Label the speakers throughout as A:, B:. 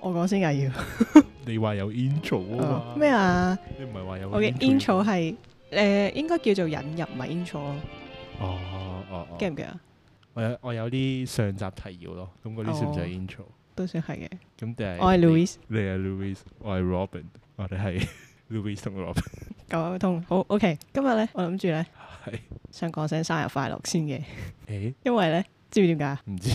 A: 我先㗎要
B: 你話有 intro 啊嘛？
A: 咩？啊？
B: 你唔係話有
A: 我嘅 intro 係誒應該叫做引入，唔係 intro 咯，
B: 哦哦哦
A: 記唔記得？啊
B: 我有我有啲上集提要咯，咁嗰啲算唔算係 intro？
A: 都算係嘅。
B: 咁定係
A: 哦我係 Louis
B: 你係 Louis，我係 Robin，我哋係 Louis 同 Robin
A: 九通好 OK。今日咧，我諗住咧
B: 係
A: 想講聲生日快樂先嘅，
B: 誒
A: 因為咧知唔知點解？啊
B: 唔知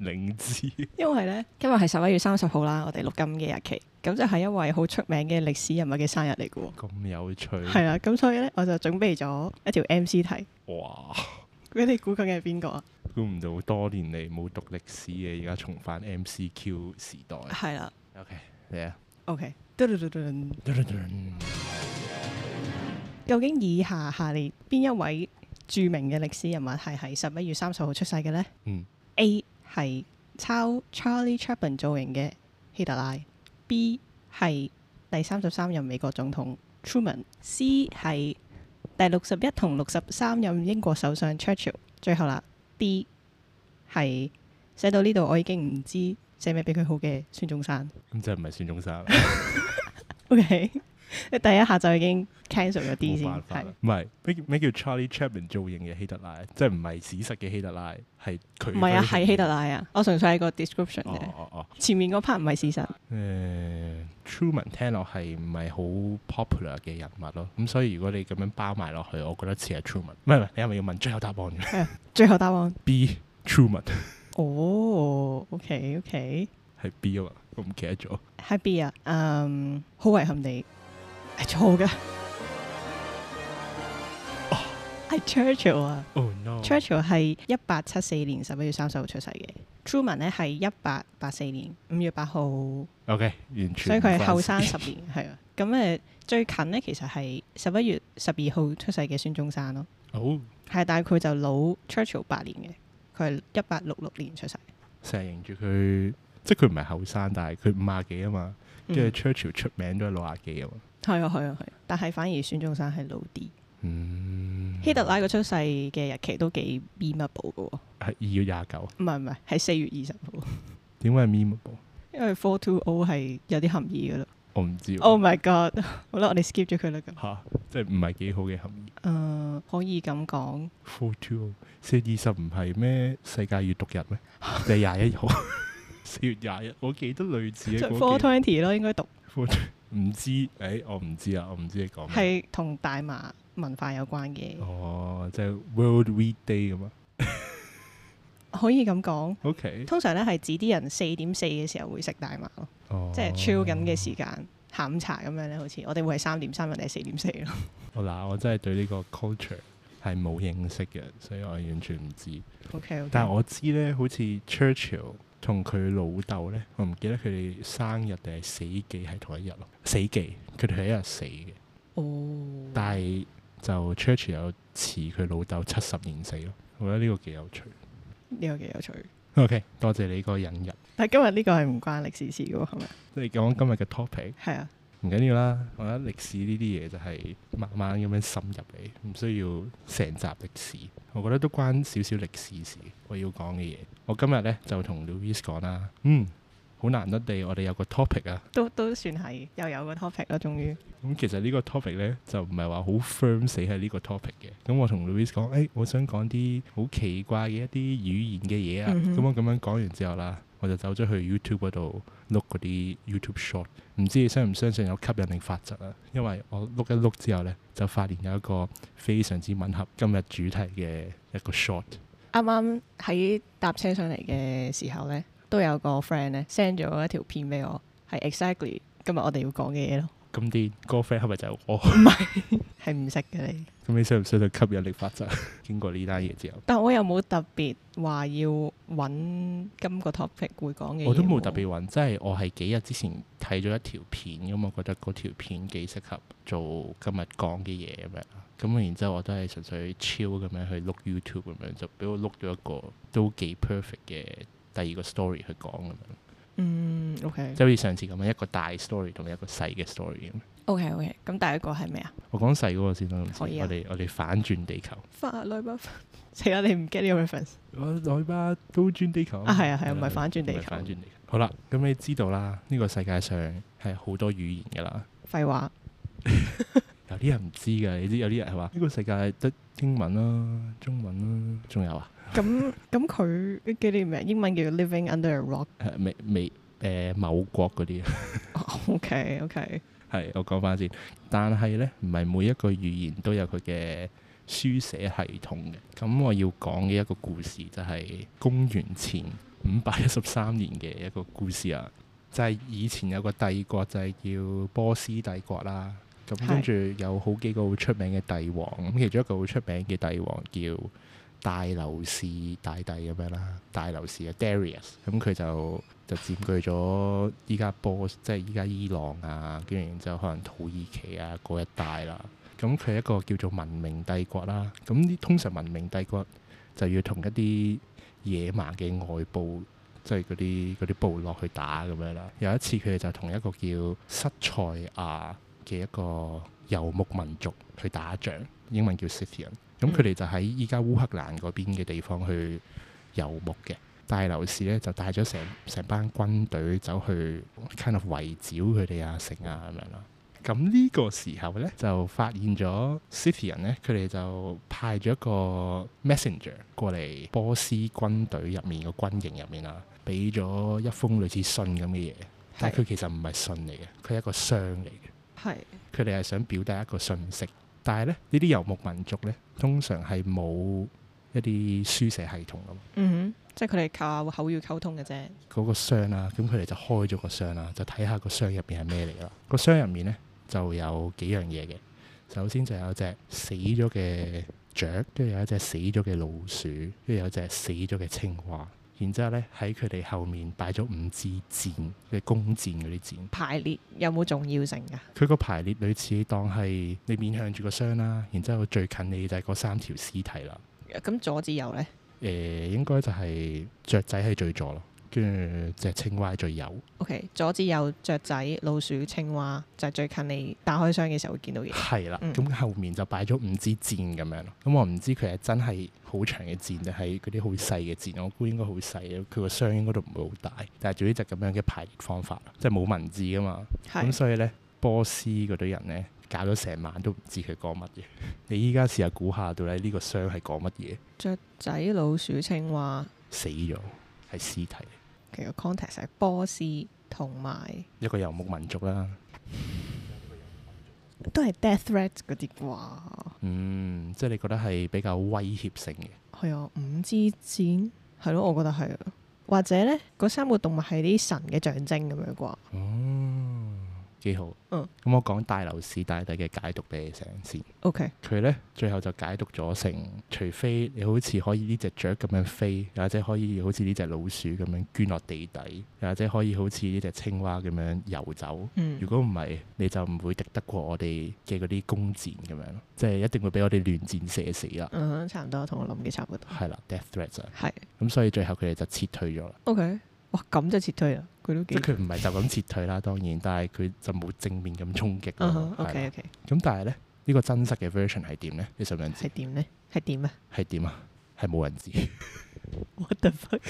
B: 領知
A: 因為咧今日係十一月三十號啦，我哋錄音嘅日期，咁就係一位好出名嘅歷史人物嘅生日嚟嘅喎。
B: 咁有趣，
A: 係啊啦，咁所以咧我就準備咗一條 MC 題，
B: 哇！
A: 你哋估究竟係邊個啊？
B: 估唔到多年嚟冇讀歷史嘅，而家重返 MCQ 時代。
A: 係啦
B: OK，嚟啊！
A: ，OK。嘟嘟嘟嘟嘟究竟以下下列邊一位著名嘅歷史人物係喺十一月三十號出世嘅呢
B: 嗯
A: A 係抄 Charlie Chaplin 造型嘅希特拉，B 係第三十三任美國總統 Truman，C 係第六十一同六十三任英國首相 Churchill，最後啦，D 係寫到呢度我已經唔知寫咩俾佢好嘅孫中山。
B: 咁真係唔係孫中山啦，啊
A: OK，你 第一下就已經 cancel 咗 D
B: 冇
A: 先，
B: 辦法
A: 係
B: 啦。唔係咩叫咩叫 Charlie Chaplin 造型嘅希特拉，即係唔係史實嘅希特拉，係佢
A: 唔係啊，
B: version
A: 係希特拉啊，我純粹係個 description
B: 嘅。
A: 啫
B: 哦，哦哦，
A: 前面嗰 part 唔係事實。
B: 誒 Truman 聽落係唔係好 popular 嘅人物咯，咁所以如果你咁樣包埋落去，我覺得似係 Truman。唔係唔係，你係咪要問最後答案嘅
A: 最後答案，
B: B Truman
A: 哦，OK OK，
B: 係 B 啊嘛，我唔記得咗。
A: 係 B 啊，嗯，好遺憾你係錯嘅，
B: 哦
A: 係 Churchill 啊
B: Oh no！
A: ，Churchill 係一八七四年十一月三十號出世嘅，Truman 咧係一八八四年五月八號
B: OK，完全
A: 所以佢係
B: 唔關
A: 後
B: 事
A: 生十年，係啊。咁誒最近呢，其實係十一月十二號出世嘅孫中山咯，
B: 好
A: 係，但係佢就老 Churchill 八年嘅，佢係一八六六年出世。
B: 成日認住佢，即係佢唔係後生，但係佢五廿幾啊嘛，
A: 嗯
B: 跟住 Churchill 出名都係六廿幾啊嘛。
A: 係啊係啊係啊，但係反而孫中山係老啲。
B: 嗯，
A: 希特拉個出世嘅日期都幾 memorable 嘅喎，
B: 係二月廿九，啊
A: 唔係唔係，係四月二十號，
B: 點解係 memorable？
A: 因為 four two o 係有啲含義嘅咯。
B: 我唔知喎。
A: Oh my god！好 啦，我哋 skip 咗佢啦咁。
B: 嚇，即係唔係幾好嘅含義。
A: 誒、可以咁講，
B: Four two，四 oh 月二十唔係咩世界閱讀日咩？定係廿一號？ 四月廿一，我記得類似
A: 即係
B: 嘅嗰哦
A: four oh
B: 幾
A: twenty 咯，應該讀
B: Four two，唔 oh 知，誒、我唔知啊，我唔知你講咩。
A: 係同大麻文化有關嘅，
B: 哦，即係 World Read Day 咁啊。
A: 可以咁講。
B: OK，
A: 通常咧係指啲人四點四嘅時候會食大麻咯，
B: 哦，
A: 即係 chill 緊嘅時間，下午茶咁樣咧，好似我哋會係三點三或者四點四咯。
B: 我嗱，我真係對呢個 culture 係冇認識嘅，所以我完全唔知。
A: OK OK。
B: 但係我知呢，好似 Churchill 同佢老豆呢，我唔記得佢哋生日定係死忌係同一日咯。死忌，佢哋係一日死嘅，
A: 哦，
B: 但係就 Churchill 有遲佢老豆七十年死咯。我覺得呢個幾有趣。
A: 呢個幾有趣。
B: OK，多謝你個引入。
A: 但係今日呢個係唔關歷史事嘅喎，係咪？
B: 即係講今日嘅 topic，
A: 係啊，
B: 唔緊要啦。我覺得歷史呢啲嘢就係慢慢咁樣滲入嚟，唔需要成集歷史。我覺得都關少少歷史事。我要講嘅嘢，我今日呢就同 Louis 講啦。嗯，好難得地，我哋有個 topic 啊。
A: 都都算係又有個 topic 啦，終於。
B: 咁其實呢個 topic 呢，就唔係話好 firm 死喺呢個 topic 嘅。咁我同 Louis 講，誒、我想講啲好奇怪嘅一啲語言嘅嘢啊。
A: 嗯
B: 咁、
A: 哼
B: 我咁樣講完之後啦，我就走咗去 YouTube 嗰度碌嗰啲 YouTube short。唔知你相唔相信有吸引力法則啊？因為我碌一碌之後呢，就發現有一個非常之吻合今日主題嘅一個 short。
A: 啱啱喺搭車上嚟嘅時候呢，都有個 friend 咧 send 咗一條片俾我，係 exactly 今日我哋要講嘅嘢咯，
B: 咁啲個 friend 係咪就係我？
A: 係唔識嘅你。
B: 咁你相唔相信吸引力法則？ 經過呢單嘢之後。
A: 但我又冇特別話要揾今個 topic 會講嘅嘢喎。
B: 我都冇特別揾，即係我係幾日之前睇咗一條片，咁我覺得嗰條片幾適合做今日講嘅嘢咁樣啦。咁然之後我都係純粹 chill 咁樣去碌 YouTube 咁樣，就俾我碌咗一個都幾 perfect 嘅第二個 story 去講咁樣，
A: 嗯，OK
B: 即係好似上次咁樣一個大 story 同埋一個細嘅 story 咁樣。
A: OK OK。咁第一個係咩啊？
B: 我講細嗰個先啦，今次
A: 可以啊
B: 我哋我哋反轉地球，
A: 法律不死啦！你唔 get 呢個 reference
B: 我來吧，都轉地球
A: 啊？係啊係啊，唔係反轉地
B: 唔係
A: 球
B: 反轉。地球。好啦，咁你知道啦，呢、個世界上係好多語言噶啦。
A: 廢話，
B: 有啲人唔知㗎，你知有啲人係話呢個世界得英文啦、中文啦，仲有啊
A: 咁咁佢佢哋名英文叫 Living Under a Rock
B: 誒美美誒某國嗰啲。啊
A: 哦。OK OK，
B: 係，我講翻先。但係呢，唔係每一個語言都有佢嘅書寫系統嘅。咁我要講嘅一個故事就係公元前五百一十三年嘅一個故事啊。就係以前有個帝國就係叫波斯帝國啦。咁跟住有好幾個好出名嘅帝王，咁其中一個好出名嘅帝王叫大流士大帝咁樣啦，大流士啊 Darius，咁佢就就佔據咗依家波，即係依家伊朗啊，跟住然之後可能土耳其啊嗰一帶啦。咁佢係一個叫做文明帝國啦。咁呢通常文明帝國就要同一啲野蠻嘅外部，即係嗰啲嗰啲部落去打咁樣啦。有一次佢哋就同一個叫塞塞亞嘅一個遊牧民族去打仗，英文叫 Scythian。咁佢哋就喺依家烏克蘭嗰邊嘅地方去遊牧嘅。大流士咧就帶咗成成班軍隊走去 kind of 圍剿佢哋啊、成啊咁樣啦。咁呢個時候咧就發現咗 City 人咧，佢哋就派咗一個 messenger 過嚟波斯軍隊入面個軍營入面啦，俾咗一封類似信咁嘅嘢，但係佢其實唔係信嚟嘅，佢係一個箱嚟嘅。
A: 係
B: 佢哋係想表達一個訊息，但係咧呢啲遊牧民族咧，通常係冇一啲書寫系統咁。
A: 嗯哼，即係佢哋靠口語溝通嘅啫。
B: 嗰個箱啦，咁佢哋就開咗個箱啦，就睇下個箱入邊係咩嚟啦。個箱入面咧就有幾樣嘢嘅，首先就有隻死咗嘅雀，跟住有一隻死咗嘅老鼠，跟住有一隻死咗嘅青蛙。然之後咧喺佢哋後面擺咗五支箭嘅弓箭嗰啲箭。
A: 排列有冇重要性啊㗎？
B: 佢個排列類似當係你面向住個箱啦，然之後最近你就係嗰三條屍體啦。
A: 咁左至右咧
B: 誒、應該就係雀仔係最左咯，跟住隻青蛙係最右。
A: ，OK，左至右雀仔、老鼠、青蛙就係、最近你打開箱嘅時候會見到嘢。
B: 係啦，
A: 嗯
B: 咁、後面就擺咗五支箭咁樣咯。咁我唔知佢係真係好長嘅箭定係嗰啲好細嘅箭，我估應該好細嘅。佢個箱應該都唔會好大，但係總之就咁樣嘅排列方法，即係冇文字噶嘛。咁
A: 係
B: 所以咧，波斯嗰隊人咧，搞咗成晚都唔知佢講乜嘢。你依家試下估下到底呢個箱係講乜嘢？
A: 雀仔、老鼠、青蛙
B: 死咗，係屍體，
A: 其實 context 係波斯同埋
B: 一個遊牧民族啦。
A: 都係 death threat 嗰啲啩。
B: 嗯，即係你覺得係比較威脅性嘅。
A: 係啊，五支箭係咯，我覺得係啊。或者咧，嗰三個動物係啲神嘅象徵咁樣啩。
B: 哦，幾好。
A: 嗯
B: 咁我講大流士大帝嘅解讀俾你聽先。
A: OK，
B: 佢咧最後就解讀咗成，除非你好似可以呢只雀咁樣飛，又或者可以好似呢只老鼠咁樣捐落地底，又或者可以好似呢只青蛙咁樣游走。
A: 嗯
B: 如，果唔係，你就唔會敵得過我哋嘅嗰啲弓箭咁樣咯，即係一定會俾我哋亂箭射死啦。
A: 嗯哼，差唔多，同我諗嘅差唔多。
B: 係啦，death threat 啊，
A: 係
B: 咁所以最後佢哋就撤退咗啦。
A: OK，哇，咁就撤退啦，佢都
B: 即
A: 幾。
B: 係佢唔係就咁撤退啦，當然，但係佢就冇正面咁衝擊咯。
A: 嗯哼
B: 係
A: ，OK
B: 啦
A: OK，
B: 咁但係咧，呢個真實嘅 version 係點咧？你想唔想知
A: 係？點咧？係點啊？
B: 係點啊？係冇人知，
A: What the fuck？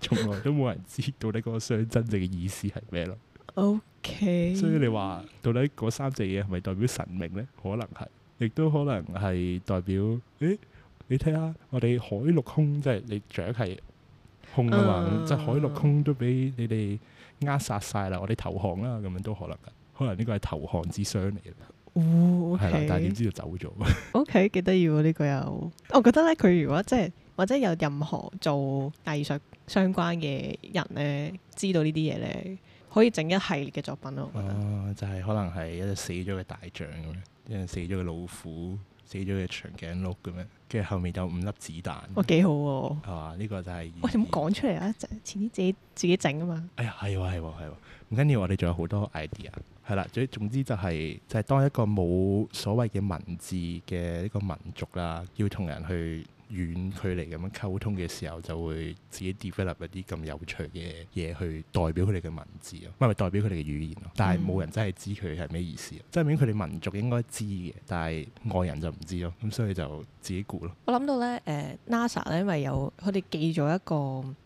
B: 從來都冇人知到底嗰個箱真正嘅意思係咩咯。
A: OK，
B: 所以你話到底嗰三隻嘢係咪代表神明咧？可能係，亦都可能係代表誒。你睇下我哋海陸空，即係你雀係空啊嘛，咁
A: 嗯
B: 即係海陸空都俾你哋扼殺晒啦，我哋投降啦，咁樣都可能㗎。可能呢個係投降之傷嚟嘅，
A: 哦
B: 係啦、但係點
A: ，OK，
B: 知道走咗？
A: OK，幾得意喎呢個又，我覺得咧佢如果即係或者有任何做藝術相關嘅人咧，知道呢啲嘢咧，可以整一系列嘅作品咯，我覺得。
B: 哦，就係可能係一隻死咗嘅大象咁樣，一隻死咗嘅老虎，死咗嘅長頸鹿咁樣，跟住後面有五粒子彈，
A: 哇，哦幾好喎！
B: 係嘛？呢個就係
A: 喂，你唔好講出嚟啊！就遲啲自己自己整啊嘛。
B: 哎呀，係喎，係喎，係喎，唔緊要，我哋仲有好多 idea。係啦，總總之就係、就係、當一個冇所謂嘅文字嘅一個民族啦，要同人去遠距離咁樣溝通嘅時候，就會自己 develop 一啲咁有趣嘅嘢去代表佢哋嘅文字咯，唔係唔係代表佢哋嘅語言咯。但
A: 嗯
B: 係冇人真係知佢係咩意思，即係明佢哋民族應該知嘅，但係外人就唔知咯。咁所以就自己估咯。
A: 我諗到咧，誒、NASA 咧，因為有佢哋寄咗一個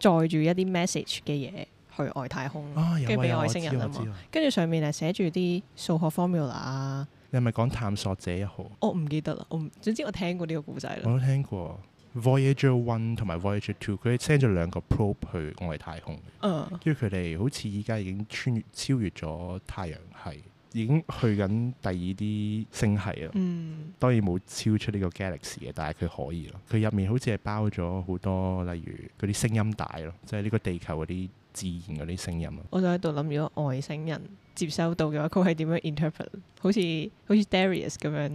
A: 載住一啲 message 嘅嘢去外太空，
B: 啊，有
A: 嗯跟住
B: 啊
A: 俾
B: 有啊
A: 外
B: 我
A: 星
B: 知
A: 人啊
B: 我
A: 嘛
B: 知啊。
A: 跟住上面係寫住啲數學 formula 啊，
B: 你係咪講探索者一號？
A: 我唔記得啦，我唔總之我聽過呢個故仔
B: 我
A: 啦，
B: 都聽過 Voyager One 同埋 Voyager Two，佢哋 send 咗兩個 probe 去外太空，
A: 嗯，
B: 跟住佢哋好似依家已經穿越超越咗太陽系，已經去緊第二啲星系啦。
A: 嗯，
B: 當然冇超出呢個 galaxy 嘅，但係佢可以咯。佢入面好似係包咗好多，例如嗰啲聲音帶咯，即係呢個地球嗰啲自然嗰啲聲音啊咯。
A: 我就喺度諗，如果外星人接收到嘅話，佢係點樣 interpret？好似好似 Darius 咁樣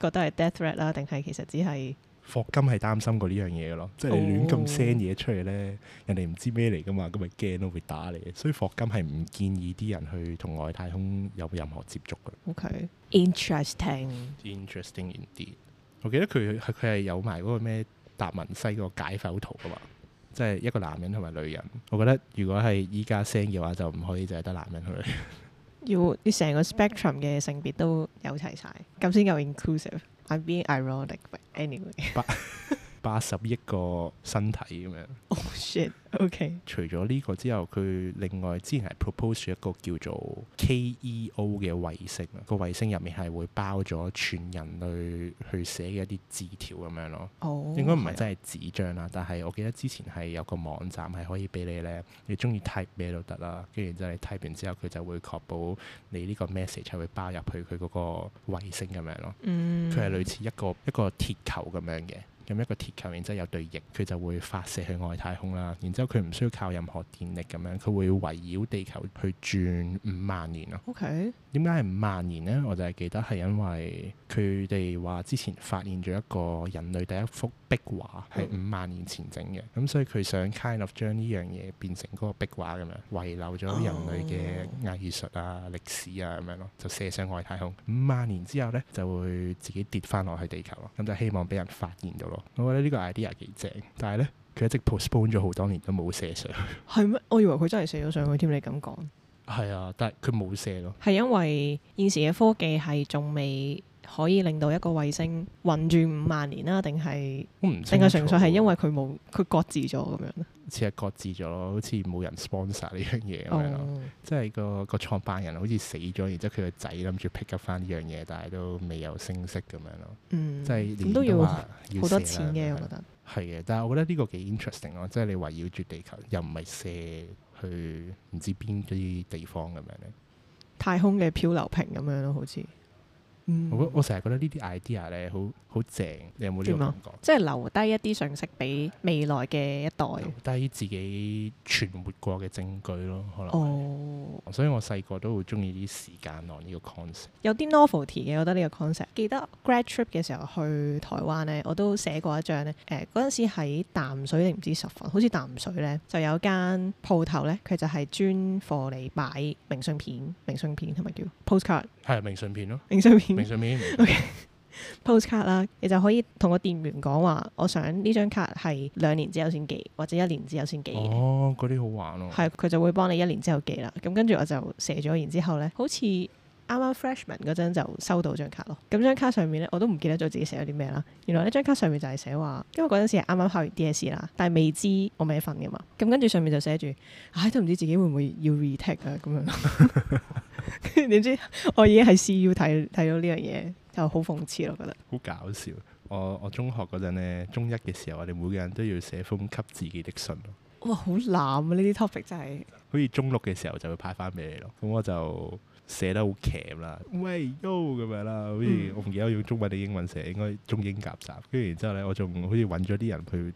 A: 覺得係 death threat 啦，定係其實只係
B: 霍金係擔心過呢樣嘢嘅咯，即係你亂咁 send 嘢出嚟咧，人哋唔知咩嚟噶嘛，咁咪驚咯，會打你。所以霍金係唔建議啲人去同外太空有任何接觸嘅。
A: OK interesting，
B: Interesting indeed。我記得佢係佢係有埋嗰個咩達文西嗰個解剖圖啊嘛，即係一個男人同埋女人。我覺得如果係依家 send 嘅話，就唔可以淨係得男人去。
A: 要你成個 spectrum 嘅性別都有齊晒，咁先夠 inclusive。I'm being ironic, but anyway.
B: 八十億個身體咁樣。
A: Oh shit. OK.
B: 除咗呢個之後，佢另外之前係 propose 咗一個叫做 KEO 嘅衛星啊，個衛星入面係會包咗全人類去寫嘅一啲字條咁樣咯。
A: 哦，
B: 應該唔係
A: 係啊
B: 真係紙張啦，但係我記得之前係有個網站係可以俾你咧，你中意 type 咩都得啦，跟住然之後你 type 完之後，佢就會確保你呢個 message 係會包入去佢嗰個衛星咁樣咯。
A: 嗯，
B: 佢係類似一個一個鐵球咁樣嘅，咁一個鐵球，然之後有對翼，佢就會發射去外太空啦。然之後佢唔需要靠任何電力咁樣，佢會圍繞地球去轉五萬年咯。
A: OK，
B: 點解係五萬年呢？我就係記得係因為佢哋話之前發現咗一個人類第一幅壁畫係五萬年前整嘅，咁所以佢想 kind of 將呢樣嘢變成嗰個壁畫咁樣，遺留咗人類嘅藝術啊、歷史啊咁樣咯，就射上外太空。五萬年之後呢，就會自己跌翻落去地球咯，咁就希望俾人發現到咯。我覺得呢個 idea 幾正，但係呢，佢一直 postpone 咗好多年都冇射上。
A: 係咩？我以為佢真係射咗上去添，你咁講
B: 係啊，但係佢冇射咯。
A: 係因為現時嘅科技係仲未可以令到一個衛星運轉五萬年啦，定係
B: 我唔
A: 定
B: 清
A: 係純粹係
B: 楚
A: 因為佢冇佢擱置咗咁樣咧？
B: 似係擱置咗咯，好似冇人 sponsor 呢樣嘢咁樣咯。
A: 哦，
B: 即係個個創辦人好似死咗，然之後佢個仔諗住 pick up 翻呢樣嘢，但係都未有升息咁樣咯。
A: 嗯，
B: 即係
A: 咁
B: 年
A: 都
B: 都
A: 要
B: 話
A: 好多錢嘅，我覺
B: 得
A: 得。
B: 係嘅。但係我覺得呢個幾 interesting 咯，即係你圍繞住地球，又唔係射去唔知邊啲地方咁樣咧。
A: 太空嘅漂流瓶咁樣咯，好似，嗯，
B: 我我成日覺得呢啲 idea 咧，好好正。你有冇呢個
A: 點啊
B: 感覺？
A: 即係留低一啲信息俾未來嘅一代。
B: 留低自己存活過嘅證據咯，可能。
A: 哦，
B: 所以我細個都好中意啲時間浪呢個 concept。
A: 有啲 novelty 嘅，我覺得呢個 concept。記得 grad trip 嘅時候去台灣呢，我都寫過一張呢。誒嗰陣時喺淡水定唔知十分，好似淡水呢，就有間鋪頭呢，佢就係專貨你擺明信片、明信片係咪叫 postcard、
B: 係明信片咯，
A: 明信片
B: 明、信 片。明信
A: postcard 啦，你就可以同個店員講話，我想呢張卡係兩年之後先寄，或者一年之後先寄
B: 片
A: 嘅。
B: 哦，嗰啲好玩咯。
A: 係佢就會幫你一年之後寄啦。咁跟住我就寫咗，然之後呢，好似啱啱 freshman 嗰陣就收到張卡咯。咁張卡上面呢，我都唔記得咗自己寫咗啲咩啦。原來呢張卡上面就係寫話，因為嗰陣時係啱啱考完 DSE 啦，但係未知我咩份噶嘛。咁跟住上面就寫住，唉都唔知自己會唔會要 retake 啊咁樣咯。 跟住點知我已經喺 CU 睇睇到呢樣嘢，就好諷刺咯，覺得。
B: 好搞笑。我我中學嗰陣咧，中一嘅時候，我哋每個人都要寫封給自己的信咯。
A: 哇，好濫啊！呢啲 topic 真係〜
B: 好似中六嘅時候就會派翻俾你咯。咁我就寫得好騎啦，喂 yo 咁樣啦，好似
A: 嗯
B: 我唔記得用中文定英文寫，應該中英夾雜。跟住然之後咧，我仲好似揾咗啲人去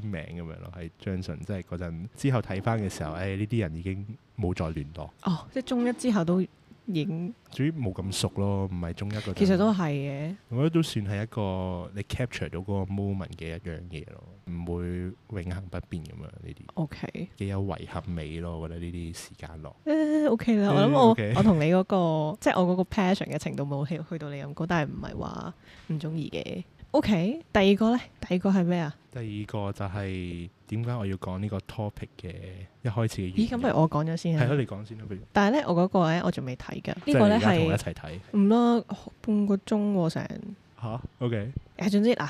B: 簽名咁樣咯，喺張信。即係嗰陣之後睇翻嘅時候，誒呢啲人已經冇再聯絡，
A: 哦，即係中一之後都已經，
B: 至於冇咁熟咯，唔係中一嗰陣。
A: 其實都係嘅。
B: 我覺得都算係一個你 capture 到嗰個 moment 嘅一樣嘢咯，唔會永恆不變咁樣呢啲，
A: OK，
B: 幾有遺憾美咯。我覺得呢啲時間落，
A: 誒 OK 啦，
B: 誒
A: 我諗我
B: 嗯 OK
A: 我同你嗰個 即係我嗰個 passion 嘅程度冇去去到你咁高，但係唔係話唔中意嘅。OK，第二個咧，第二個係咩啊？
B: 第二個就係點解我要講呢個 topic 嘅一開始嘅原
A: 咦，
B: 因。
A: 咁不如我講咗先
B: 係咯，
A: 啊。
B: 你講先啦，不如。
A: 但係咧，我嗰個咧我仲未睇㗎，呢
B: 即係
A: 個
B: 你
A: 咧
B: 而家同我一
A: 係
B: 齊睇
A: 唔啦，半個鐘喎成。
B: 吓 o k
A: 誒，總之嗱，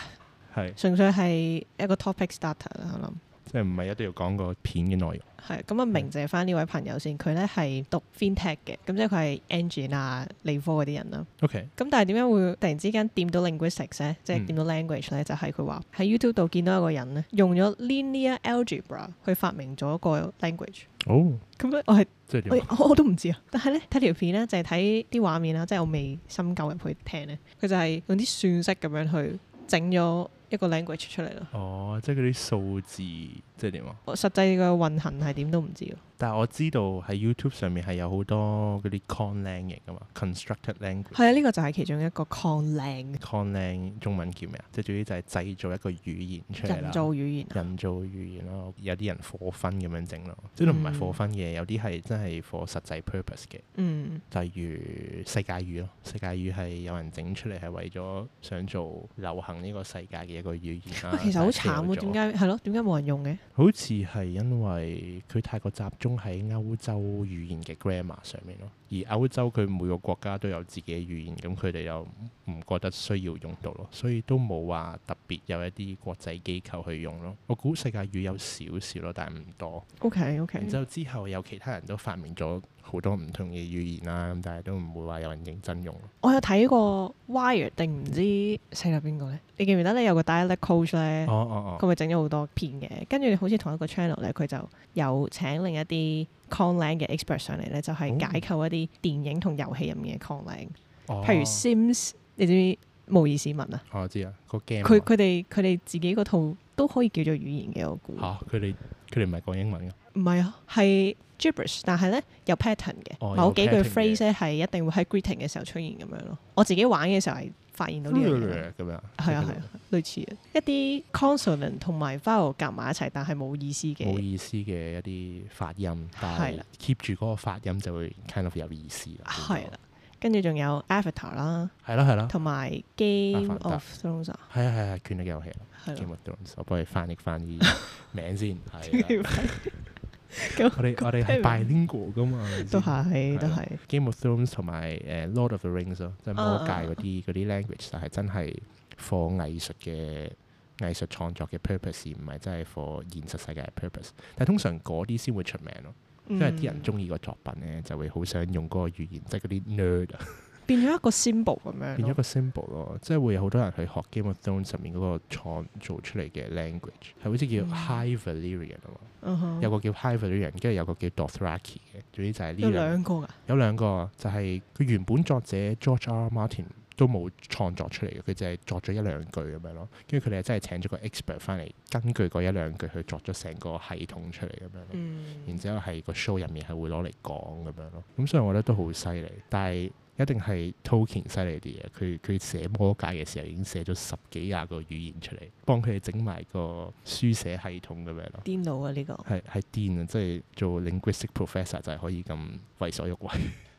B: 係
A: 純粹係一個 topic starter 啦，我諗。
B: 即係唔係一定要講個片嘅內容。
A: 係咁啊，明謝翻呢位朋友先，佢咧係讀 FinTech 嘅，咁即係佢係 engine 啊、理科嗰啲人啦。
B: OK，
A: 咁但係點解會突然之間掂到 linguistics 咧？即
B: 嗯
A: 係掂到 language 咧，就係佢話喺 YouTube 度見到一個人咧，用咗 linear algebra 去發明咗個 language。
B: 哦，
A: 咁咧，我係
B: 即係點啊？
A: 我我都唔知啊。但係咧睇條片咧，就係睇啲畫面啦，即係我未深究入去聽咧，佢就係用啲算式咁樣去整咗一個 language 出嚟咯。
B: 哦，即係嗰啲數字，即係點啊？
A: 我實際嘅運行係點都唔知咯。
B: 但係我知道喺 YouTube 上面係有好多嗰啲 conlang 型噶嘛，constructed language。
A: 係啊，呢、個就係其中一個 conlang
B: conlang 中文叫咩啊？即係總之就係製造一個語言出嚟啦。
A: 人造語言啊。
B: 人造語言咯，有啲人火分咁樣整咯，
A: 嗯
B: 即係都唔係火分嘅，有啲係真係 for 實際 purpose 嘅。
A: 嗯。
B: 例如世界語咯，世界語係有人整出嚟係為咗想做流行呢個世界嘅一個語言啦
A: 喂，。其實好
B: 但
A: 慘
B: 啊
A: 啊
B: 係
A: 喎，
B: fail
A: 點
B: 咗？
A: 解係咯？點解冇人用嘅？
B: 好似係因為佢太過集中喺歐洲語言嘅 grammar 上面咯，而歐洲佢每個國家都有自己嘅語言，咁佢哋又唔覺得需要用到咯，所以都冇話特別有一啲國際機構去用咯。我估世界語有少少咯，但係唔多。
A: O K O K，
B: 然之後之後有其他人都發明咗好多唔同嘅語言啦，咁但係都唔會話有人認真用咯。
A: 我有睇過 Wire 定唔知死啦邊個咧？你記唔記得咧有個 dialect coach 咧？
B: 哦哦
A: 佢
B: 哦，
A: 咪整咗好多片嘅，跟住好似同一個 channel 咧，佢就有請另一啲 conlang 嘅 expert 上嚟咧，就係、
B: 哦
A: 解構一啲電影同遊戲入面嘅 conlang，
B: 哦
A: 譬如 Sims，你知唔知模擬市民啊？
B: 我知啊，個 game
A: 佢
B: 啊
A: 佢哋佢哋自己嗰套都可以叫做語言嘅，我估。
B: 嚇佢哋佢哋唔係講英文嘅，
A: 唔係啊，係 gibberish，但係咧有 pattern 嘅，
B: 哦
A: 某幾句
B: 有 pattern 嘅
A: phrase 咧係一定會喺 greeting 嘅時候出現咁樣咯。我自己玩嘅時候係發現到呢樣嘢 咯，
B: 咁樣
A: 係啊係啊，類似嘅一啲 consonant 同埋 vowel 夾埋一齊，但係冇意思
B: 冇
A: 嘅。
B: 意思嘅一啲發音，但
A: 係
B: 係
A: 啦啊
B: keep 住嗰個發音就會 kind of 有意思啦。
A: 係啦，跟住仲有 Avatar 啦，
B: 係啦係啦，
A: 同埋
B: 阿
A: Game
B: 凡達
A: of Thrones 啊，
B: 係啊係啊，權力遊戲啦
A: 係咯。
B: ，Game of Thrones，我幫你翻譯 翻啲名先。係啦
A: 咁
B: 我哋我哋係 bilingual 噶嘛，
A: 都
B: 係咪
A: 係
B: 先。
A: 都
B: 係啦
A: 係
B: Game of Thrones 同埋誒 Lord of the Rings 咯，即係魔
A: 啊
B: 界
A: 啊啊
B: 嗰啲嗰啲 language，但係真係 for 藝術嘅藝術創作嘅 purpose，唔係真係 for 現實世界嘅 purpose。但係通常嗰啲先會出名咯，因為啲人
A: 嗯
B: 中意個作品咧，就會好想用嗰個語言，即係嗰啲 nerd 啊，
A: 變咗一個 symbol 咁樣
B: 變咗
A: 咯。
B: 個 symbol 咯，即係會有好多人去學 Game of Thrones 入面嗰個創造出嚟嘅 language，係好似叫
A: 嗯
B: High Valyrian 啊嘛，
A: 嗯哼
B: 有個叫 High Valyrian，跟住有個叫 Dothraki 嘅，總之就係呢
A: 有
B: 兩
A: 兩個㗎，
B: 有兩個就係、佢原本作者 George R. R. Martin 都冇創作出嚟嘅，佢就係作咗一兩句咁樣咯。跟住佢哋係真係請咗個 expert 翻嚟，根據嗰一兩句去作咗成個系統出嚟咁樣咯。
A: 嗯
B: 然之後係個 show 入面係會攞嚟講咁樣咯。咁所以我覺得都好犀利，但係一定係 Tolkien 犀利啲嘅。佢佢寫魔界嘅時候已經寫咗十幾廿個語言出嚟，幫佢哋整埋個書寫系統咁樣咯。
A: 癲佬啊呢個。
B: 係係癲啊！即係做 linguistic professor 就係可以咁為所欲為。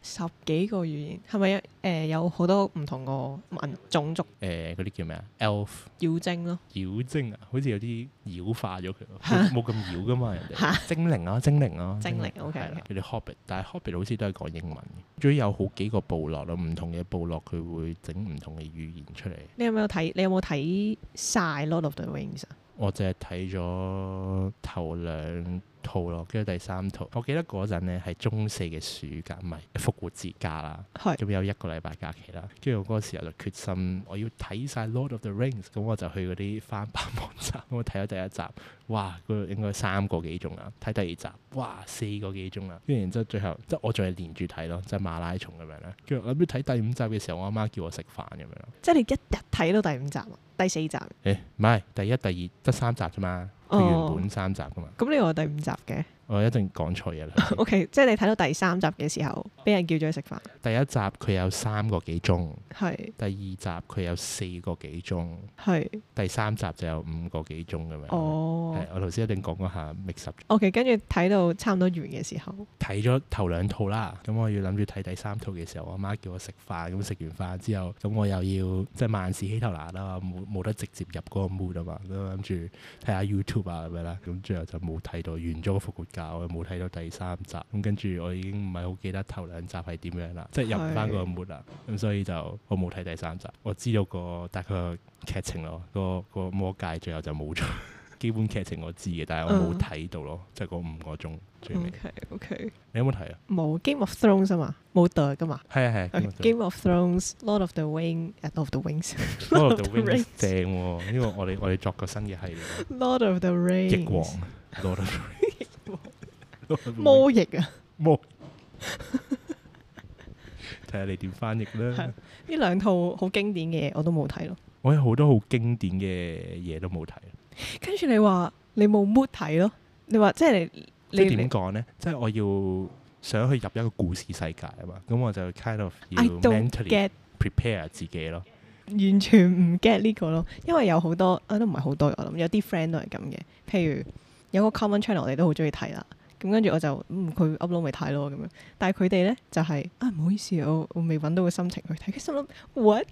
A: 十幾個語言係咪？誒、有好多唔同個民種族
B: 誒嗰啲叫咩啊？Elf
A: 妖精咯，
B: 妖精啊，好似有啲妖化 咗佢喎，冇冇咁妖噶嘛人哋。精靈啊，精靈啊，
A: 精靈
B: 啊
A: OK，
B: 係啦
A: OK
B: 佢哋 Hobbit，但係 Hobbit 好似都係講英文嘅。仲有好幾個部落啦，唔同嘅部落佢會整唔同嘅語言出嚟。
A: 你有冇睇？你有冇睇晒《Lord of the Rings》啊？
B: 我淨係睇咗頭兩套咯，跟住第三套，我記得嗰陣咧係中四嘅暑假，唔係復活節假啦。
A: 係
B: 咁有一個禮拜假期啦，跟住我嗰個時候就決心我要睇晒《Lord of the Rings》，咁我就去嗰啲翻版網站，咁我睇咗第一集，哇，佢應該三個幾鐘啦，啊睇第二集，哇，四個幾鐘啦，跟住然之後最後即係我仲係連住睇咯，即係馬拉松咁樣啦，跟住我諗住睇第五集嘅時候，我阿媽叫我食飯咁樣啦，
A: 即係你一日睇到第五集啊，第四集。
B: 誒唔係第一、第二得三集啫嘛，佢
A: 哦
B: 原本三集噶嘛，
A: 咁你話第五集嘅
B: 我一定講錯嘢啦。 頭先
A: ？OK，即係你睇到第三集嘅時候，俾人叫咗去食飯，
B: 第一集佢有三個幾鐘，
A: 係
B: 第二集佢有四個幾鐘，
A: 係
B: 第三集就有五個幾鐘咁樣。
A: 哦
B: 啊係，。我頭先一定講嗰下 mix up
A: OK，跟住睇到差唔多完嘅時候，
B: 睇咗頭兩套啦，咁我要諗住睇第三套嘅時候，我媽叫我食飯，咁食完飯之後，咁我又要即係萬事起頭難啦，冇冇得直接入嗰個 mood 啊嘛，咁諗住睇下 YouTube 啊咁樣啦，咁最後就冇睇到，完咗個復活教，我冇睇到第三集，咁跟住我已經唔係好記得頭兩集係點樣啦，即係入唔翻嗰個 mood 啦，咁所以就我冇睇第三集，我知道個大概劇情咯，個個魔界最後就冇咗。 基本劇情我知嘅，但係我冇睇到咯，就係嗰五個鐘最尾。
A: OK OK，
B: 你有冇睇啊？
A: 冇 Game of Thrones 啊嘛，冇 The 噶嘛。
B: 係啊係啊
A: Game of Thrones、Lord of the Wing、誒 Lord of the Wings、
B: Lord of
A: Lord
B: the
A: of the
B: Rings
A: Rings
B: 正喎，呢個我哋我哋作個新嘅系列咯，
A: Lord of the Rings、
B: 翼王啊 Lord of the Rings
A: 魔翼啊！
B: 魔，睇下你點翻譯啦
A: 係。呢兩套好經典嘅嘢我都冇睇咯。
B: 我有好多好經典嘅嘢都冇睇，
A: 跟住你話你冇 mood 睇咯，你話即係你
B: 即係
A: 你
B: 點
A: 你
B: 講咧？即係我要想去入一個故事世界啊嘛，咁我就 kind of 要
A: I don't
B: mentally
A: get
B: prepare 自己咯。
A: 完全唔 get 呢個咯，因為有好多啊都唔係好多，我諗有啲 friend 都係咁嘅。譬如有個 common channel 我哋都好中意睇啦，咁跟住我就嗯佢 upload 咪睇咯咁樣，但係佢哋咧就係、啊唔好意思，我我未揾到個心情去睇，佢心諗 what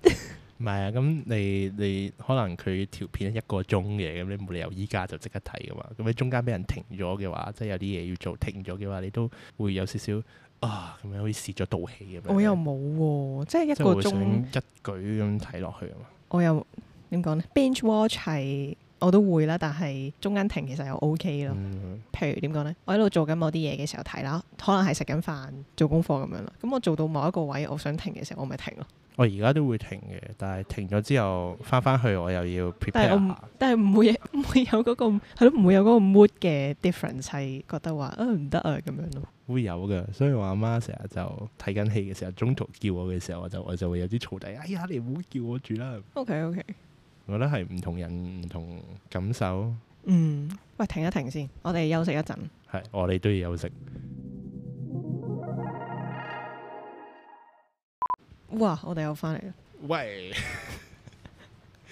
B: 唔係啊，咁你你可能佢條片一個鐘嘅，咁你冇理由依家就即刻睇噶嘛。咁你中間俾人停咗嘅話，即係有啲嘢要做停咗嘅話，你都會有少少啊咁樣，好似泄咗道氣咁樣。
A: 我又冇喎、即係一
B: 即
A: 個
B: 係會想
A: 鐘
B: 一舉咁睇落去啊嘛。
A: 我又點講咧？binge watch 係我都會啦，但係中間停其實又 OK 咯。
B: 嗯
A: 譬如點講呢？我喺度做緊某啲嘢嘅時候睇啦，可能係食緊飯、做功課咁樣啦。咁我做到某一個位，我想停嘅時候，我咪停咯。
B: 我哦而家都會停嘅，但係停咗之後翻翻去，我又要
A: 但係我
B: prepare
A: 唔
B: 下。，
A: 但係唔會 唔會有嗰、個係咯，唔會有嗰個 mood 嘅 difference 係覺得話啊唔得啊咁樣咯。
B: 會有嘅，所以我阿媽成日就睇緊戲嘅時候，中途叫我嘅時候，我就我就會有啲燥底。哎呀，你唔好叫我住啦！
A: OK OK，
B: 我覺得係唔同人唔同感受，
A: 嗯，喂，停一停先，我哋休息一陣。
B: 係我哋都要休息。
A: 哇，我哋又翻嚟啦。
B: 喂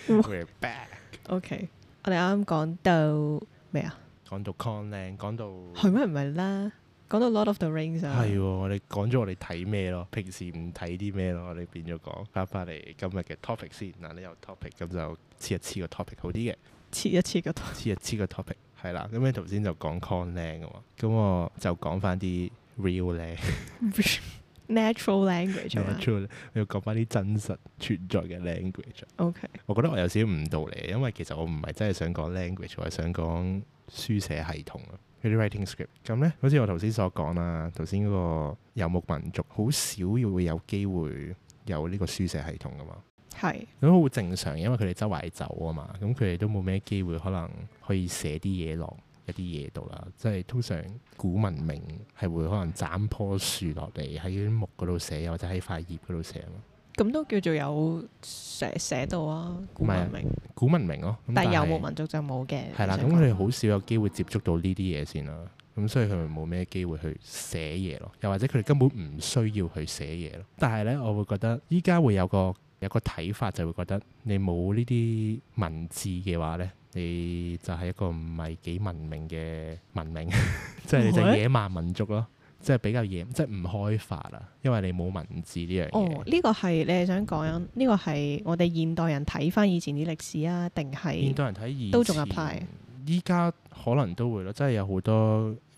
A: We're
B: back。
A: OK，我哋啱啱講到咩啊？
B: 講到 con 靚，講到
A: 係咩？唔係啦，講到 Lord of the Rings 啊。
B: 係喎，我哋講咗我哋睇咩咯，平時唔睇啲咩咯，我哋變咗講翻翻嚟今日嘅 topic 先。嗱，你有 topic 咁就黐一黐個 topic 好啲嘅。
A: 切一切個圖。
B: 黐一黐個 topic 係啦，咁你頭先就講 con 靚啊嘛，咁我就講翻啲 real 靚
A: natural language 啊嘛
B: natural，我要 講翻啲真實存在嘅 language。
A: ，OK，
B: 我覺得我有少少誤導你，因為其實我唔係真係想講 language，我係想講書寫系統啊。嗰啲 writing script，咁呢，好似我頭先所講啦，頭先嗰個遊牧民族好少要會有機會有呢個書寫系統噶嘛，
A: 係
B: 咁好正常，因為佢哋周圍走啊嘛，咁佢哋都冇咩機會可能可以寫啲嘢落一啲嘢度啦。即係通常古文明係會可能斬棵樹落嚟喺啲木嗰度寫，或者喺塊葉嗰度寫啊嘛。
A: 咁都叫做有寫寫到啊，古文明，
B: 古文明咯，咁
A: 但係
B: 係
A: 遊牧民族就冇嘅。
B: 係啦，咁
A: 你想
B: 佢
A: 講
B: 哋好少有機會接觸到呢啲嘢先啦。咁所以佢咪冇咩機會去寫嘢咯，又或者佢哋根本唔需要去寫嘢咯。但係呢，我會覺得依家會有個有個睇法，就會覺得你冇呢啲文字嘅話呢，你就係一個唔係幾文明嘅文明， 即係你就
A: 喂
B: 野蠻民族咯，即係比較野，即係唔開發啦，因為你冇文字呢樣
A: 哦，
B: 嘢。
A: 呢個係你係想講緊呢個係我哋現代人睇翻以前啲歷史啊，定
B: 現
A: 係
B: 代人睇以
A: 都仲
B: 前
A: apply
B: 依家可能都會咯，即係有好多誒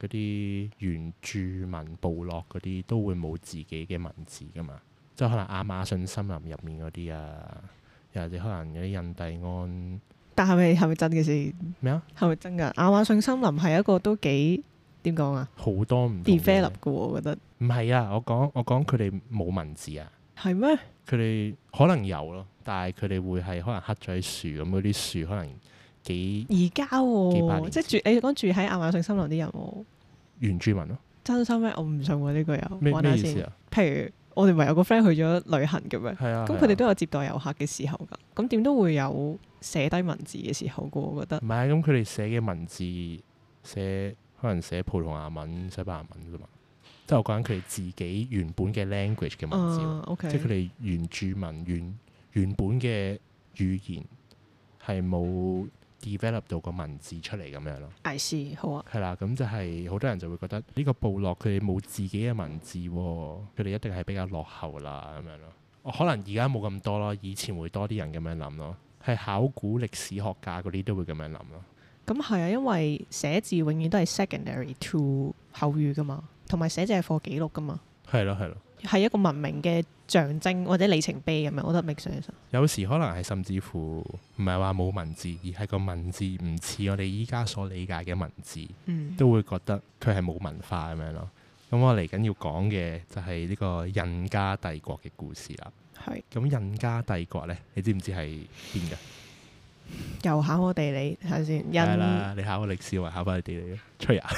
B: 嗰啲原住民部落嗰啲都會冇自己嘅文字噶嘛，即係可能亞馬遜森林入面嗰啲啊，又或者可能嗰啲印第安
A: 但係咪係咪真嘅先？
B: 咩啊，
A: 係咪真㗎？亞馬遜森林係一個都幾點講啊
B: 好多唔同嘅
A: ？develop 嘅喎，我覺得
B: 唔係啊，我講我講佢哋冇文字啊，
A: 係咩？
B: 佢哋可能有咯，但係佢哋會係可能刻咗喺樹咁，嗰啲樹可能幾
A: 而家
B: 幾百年
A: 喎，即係
B: 前
A: 住你講住喺亞馬遜森林啲人喎，
B: 原住民咯，
A: 真心咩？我唔信喎呢個又
B: 咩
A: 揾
B: 咩
A: 下
B: 意思
A: 先。
B: 啊？
A: 譬如我哋咪有個 friend 去咗旅行咁樣。
B: 係啊，
A: 咁
B: 係啊
A: 佢哋都有接待遊客嘅時候㗎，咁點都會有寫低文字嘅時候㗎，我覺得
B: 唔係，咁佢哋寫嘅文字寫可能寫葡萄牙文、西班牙文啫嘛，即係我講緊佢哋自己原本嘅 language 嘅文字喎，
A: 啊，OK，
B: 即係佢哋原住民原原本嘅語言係冇 develop 到個文字出嚟咁樣咯。
A: I see，好啊，
B: 係啦，咁就係好多人就會覺得呢個部落佢哋冇自己嘅文字喎、佢哋一定係比較落後啦咁樣咯。哦可能而家冇咁多咯，以前會多啲人咁樣諗咯，係考古歷史學家嗰啲都會咁樣諗咯。
A: 咁係啊，因為寫字永遠都係 secondary to 口語㗎嘛，同埋寫字係課記錄㗎嘛，
B: 係咯，係咯，
A: 係一個文明嘅象徵或者里程碑咁樣，我覺得 make sense。啊
B: 有時可能係甚至乎唔係話冇文字，而係個文字唔似我哋依家所理解嘅文字，
A: 嗯，
B: 都會覺得佢係冇文化咁樣咯。咁我嚟緊要講嘅就係呢個印加帝國嘅故事啦。
A: 係
B: 咁印加帝國呢，你知唔知係邊㗎？
A: 又考我地理睇下先，
B: 係
A: 印
B: 啦，你考我歷史，我考翻你地理，吹啊！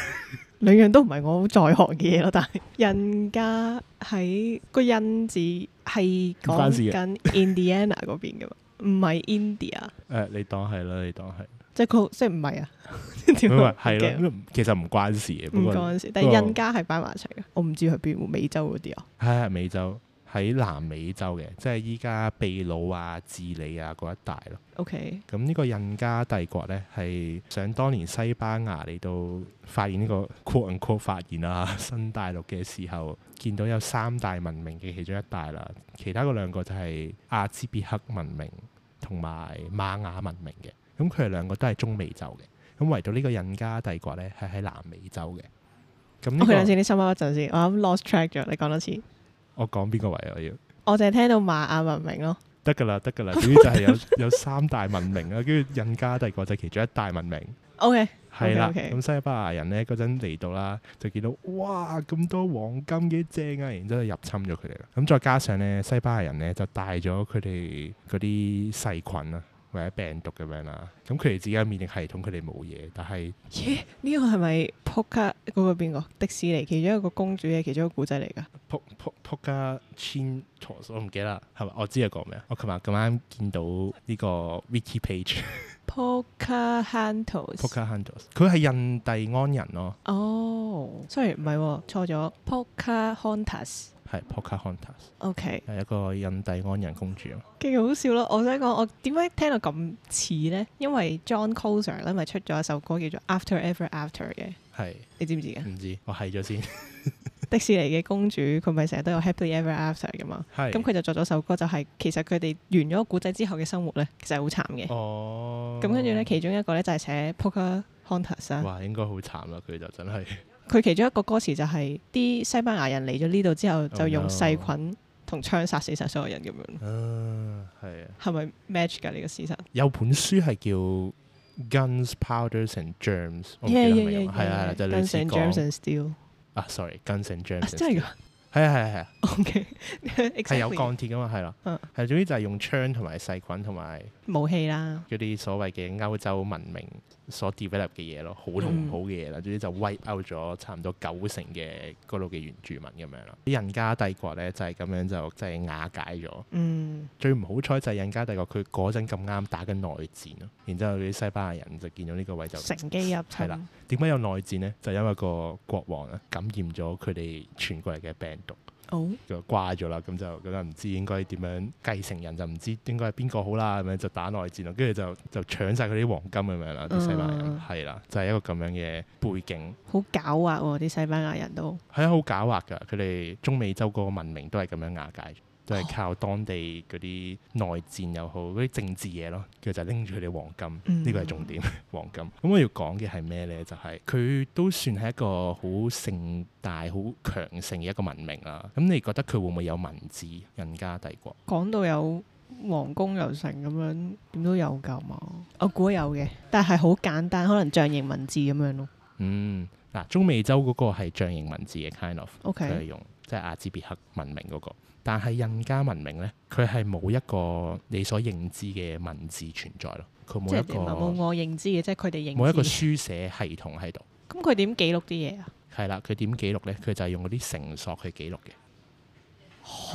A: 兩樣都唔係我好在行嘅嘢咯，但係 印加喺個印字係
B: 唔關
A: 講
B: 事嘅
A: 緊 Indiana 嗰邊嘅嘛，唔係 India，
B: 誒、你當係啦，你當係，
A: 即係佢即係唔係啊？
B: 因
A: 點
B: 為
A: 解
B: 係
A: 嘅
B: 咯，其實唔關事嘅，不
A: 唔
B: 過
A: 關事，但係印加係擺埋一齊嘅，我唔知去邊喎美洲嗰啲啊。
B: 係係美洲，喺南美洲嘅，即係依家秘魯啊、智利啊嗰一帶咯。
A: OK，
B: 咁呢個印加帝國呢，係想當年西班牙嚟到發現呢、個 quote n quote 發現啊新大陸嘅時候，見到有三大文明嘅其中一大啦，其他嗰兩個就係阿茲別克文明同埋瑪雅文明嘅。咁佢哋兩個都係中美洲嘅，咁唯獨呢個印加帝國呢，係喺南美洲嘅。咁呢、
A: 我
B: 個
A: 等先，你深刻一陣先，我啱 lost track 咗，你講多次。
B: 我講邊個位啊我要？
A: 我淨係聽到瑪雅文明咯，
B: 得㗎啦，得㗎啦，總之就係有有三大文明啦，跟住印加帝國就係其中一大文明。
A: OK，
B: 係啦，
A: OK，OK
B: 咁西班牙人咧嗰陣嚟到啦，就見到哇咁多黃金嘅正啊，然之後就入侵咗佢哋啦。咁再加上咧，西班牙人咧就帶咗佢哋嗰啲細菌啊，或者病毒咁樣啦。咁佢哋自己嘅免疫系統佢哋冇嘢，但係
A: 耶！呢個係咪 Poker 嗰個邊個迪士尼其中一個公主嘅其中一個古仔嚟㗎？
B: 撲撲撲加千陀我唔記得啦，係咪？我知係講咩啊？我琴日咁啱見到呢個 wiki page
A: Pocahontas。
B: Pocahontas，佢係印第安人咯，
A: 哦，sorry，唔係喎，錯咗。Pocahontas。
B: 係 Pocahontas，
A: OK，
B: 係一個印第安人公主啊。
A: 跟住好笑咯。我想講，我點解聽到咁似呢？因為 John Coltrane 咧，咪出咗一首歌叫做《After Ever After》嘅，
B: 係
A: 你知唔知嘅？
B: 唔知，我係咗先。
A: 迪士尼嘅公主，佢咪成日都有 Happy Ever After 㗎嘛？
B: 係
A: 咁佢就作咗首歌，就係、其實佢哋完咗個古仔之後嘅生活咧，其實係好慘嘅。
B: 哦，
A: 咁跟住咧，其中一個咧就係寫 Poker Hunters 啊。
B: 哇，應該好慘啦！佢就真係
A: 佢其中一個歌詞就係、啲西班牙人嚟咗呢度之後，就
B: Oh no
A: 用細菌同槍殺死晒所有人咁樣，
B: 啊，係啊，
A: 係咪 match 㗎？呢個事實
B: 有本書係叫《Guns, Powders and Germs》，我唔記得
A: Yeah,
B: 係咪咁
A: yeah, yeah,
B: 啊係啊係啊，就
A: yeah.
B: 類似
A: Guns and Germs
B: 講
A: and Steel
B: 啊，sorry，Guns and Germs，
A: 啊
B: and
A: 真係
B: Steel 係啊係啊係啊，
A: 㗎，OK，
B: 係有
A: exactly
B: 鋼鐵噶嘛，係啦，
A: 嗯
B: 係啊總之就係用槍同埋細菌同埋
A: 武器啦，
B: 嗰啲所謂嘅歐洲文明所 develop 嘅嘢咯，好
A: 嗯
B: 同唔好嘅嘢啦，總之就 wipe out 咗差唔多九成嘅嗰度嘅原住民咁樣啦。印加帝國咧就係咁樣就即係瓦解咗。
A: 嗯，
B: 最唔好彩就係印加帝國佢嗰陣咁啱打緊內戰咯，然之後啲西班牙人就見到呢個位就
A: 乘機入侵
B: 係啦點解有內戰呢？就因為個國王啊感染咗佢哋傳過嚟嘅病毒，
A: 哦，
B: 就瓜咗啦，咁就咁就唔知應該點樣繼承人就唔知應該係邊個好啦，咁樣就打內戰咯，跟住就就搶晒佢啲黃金咁樣啦，啲西班牙人
A: 嗯
B: 係啦，就係一個咁樣嘅背景。
A: 好狡猾喎啲西班牙人都，
B: 係啊，好狡猾㗎！佢哋中美洲嗰個文明都係咁樣瓦解，都係靠當地嗰啲內戰又好，嗰啲政治嘢咯，佢就拎住佢哋黃金，
A: 嗯
B: 呢個係重點， 黃金。咁我要講嘅係咩呢？就係佢都算係一個好盛大、好強盛嘅一個文明啦。咁你覺得佢會唔會有文字印加帝國？
A: 講到有皇宮又成咁樣，點都有㗎嘛？我估有嘅，但係好簡單，可能象形文字咁樣咯。
B: 嗯，嗱，中美洲嗰個係象形文字嘅 kind of。佢係
A: OK，
B: 用即係阿茲別克文明嗰、個，但係印加文明咧，佢係冇一個你所認知嘅文字存在咯，佢
A: 即
B: 冇
A: 係
B: 一
A: 點啊冇
B: 個
A: 我認知嘅，即係佢哋認知。
B: 冇一個書寫系統喺度，
A: 咁佢點記錄啲嘢啊？
B: 係啦，佢點記錄咧？佢就係用嗰啲繩索去記錄嘅，
A: 好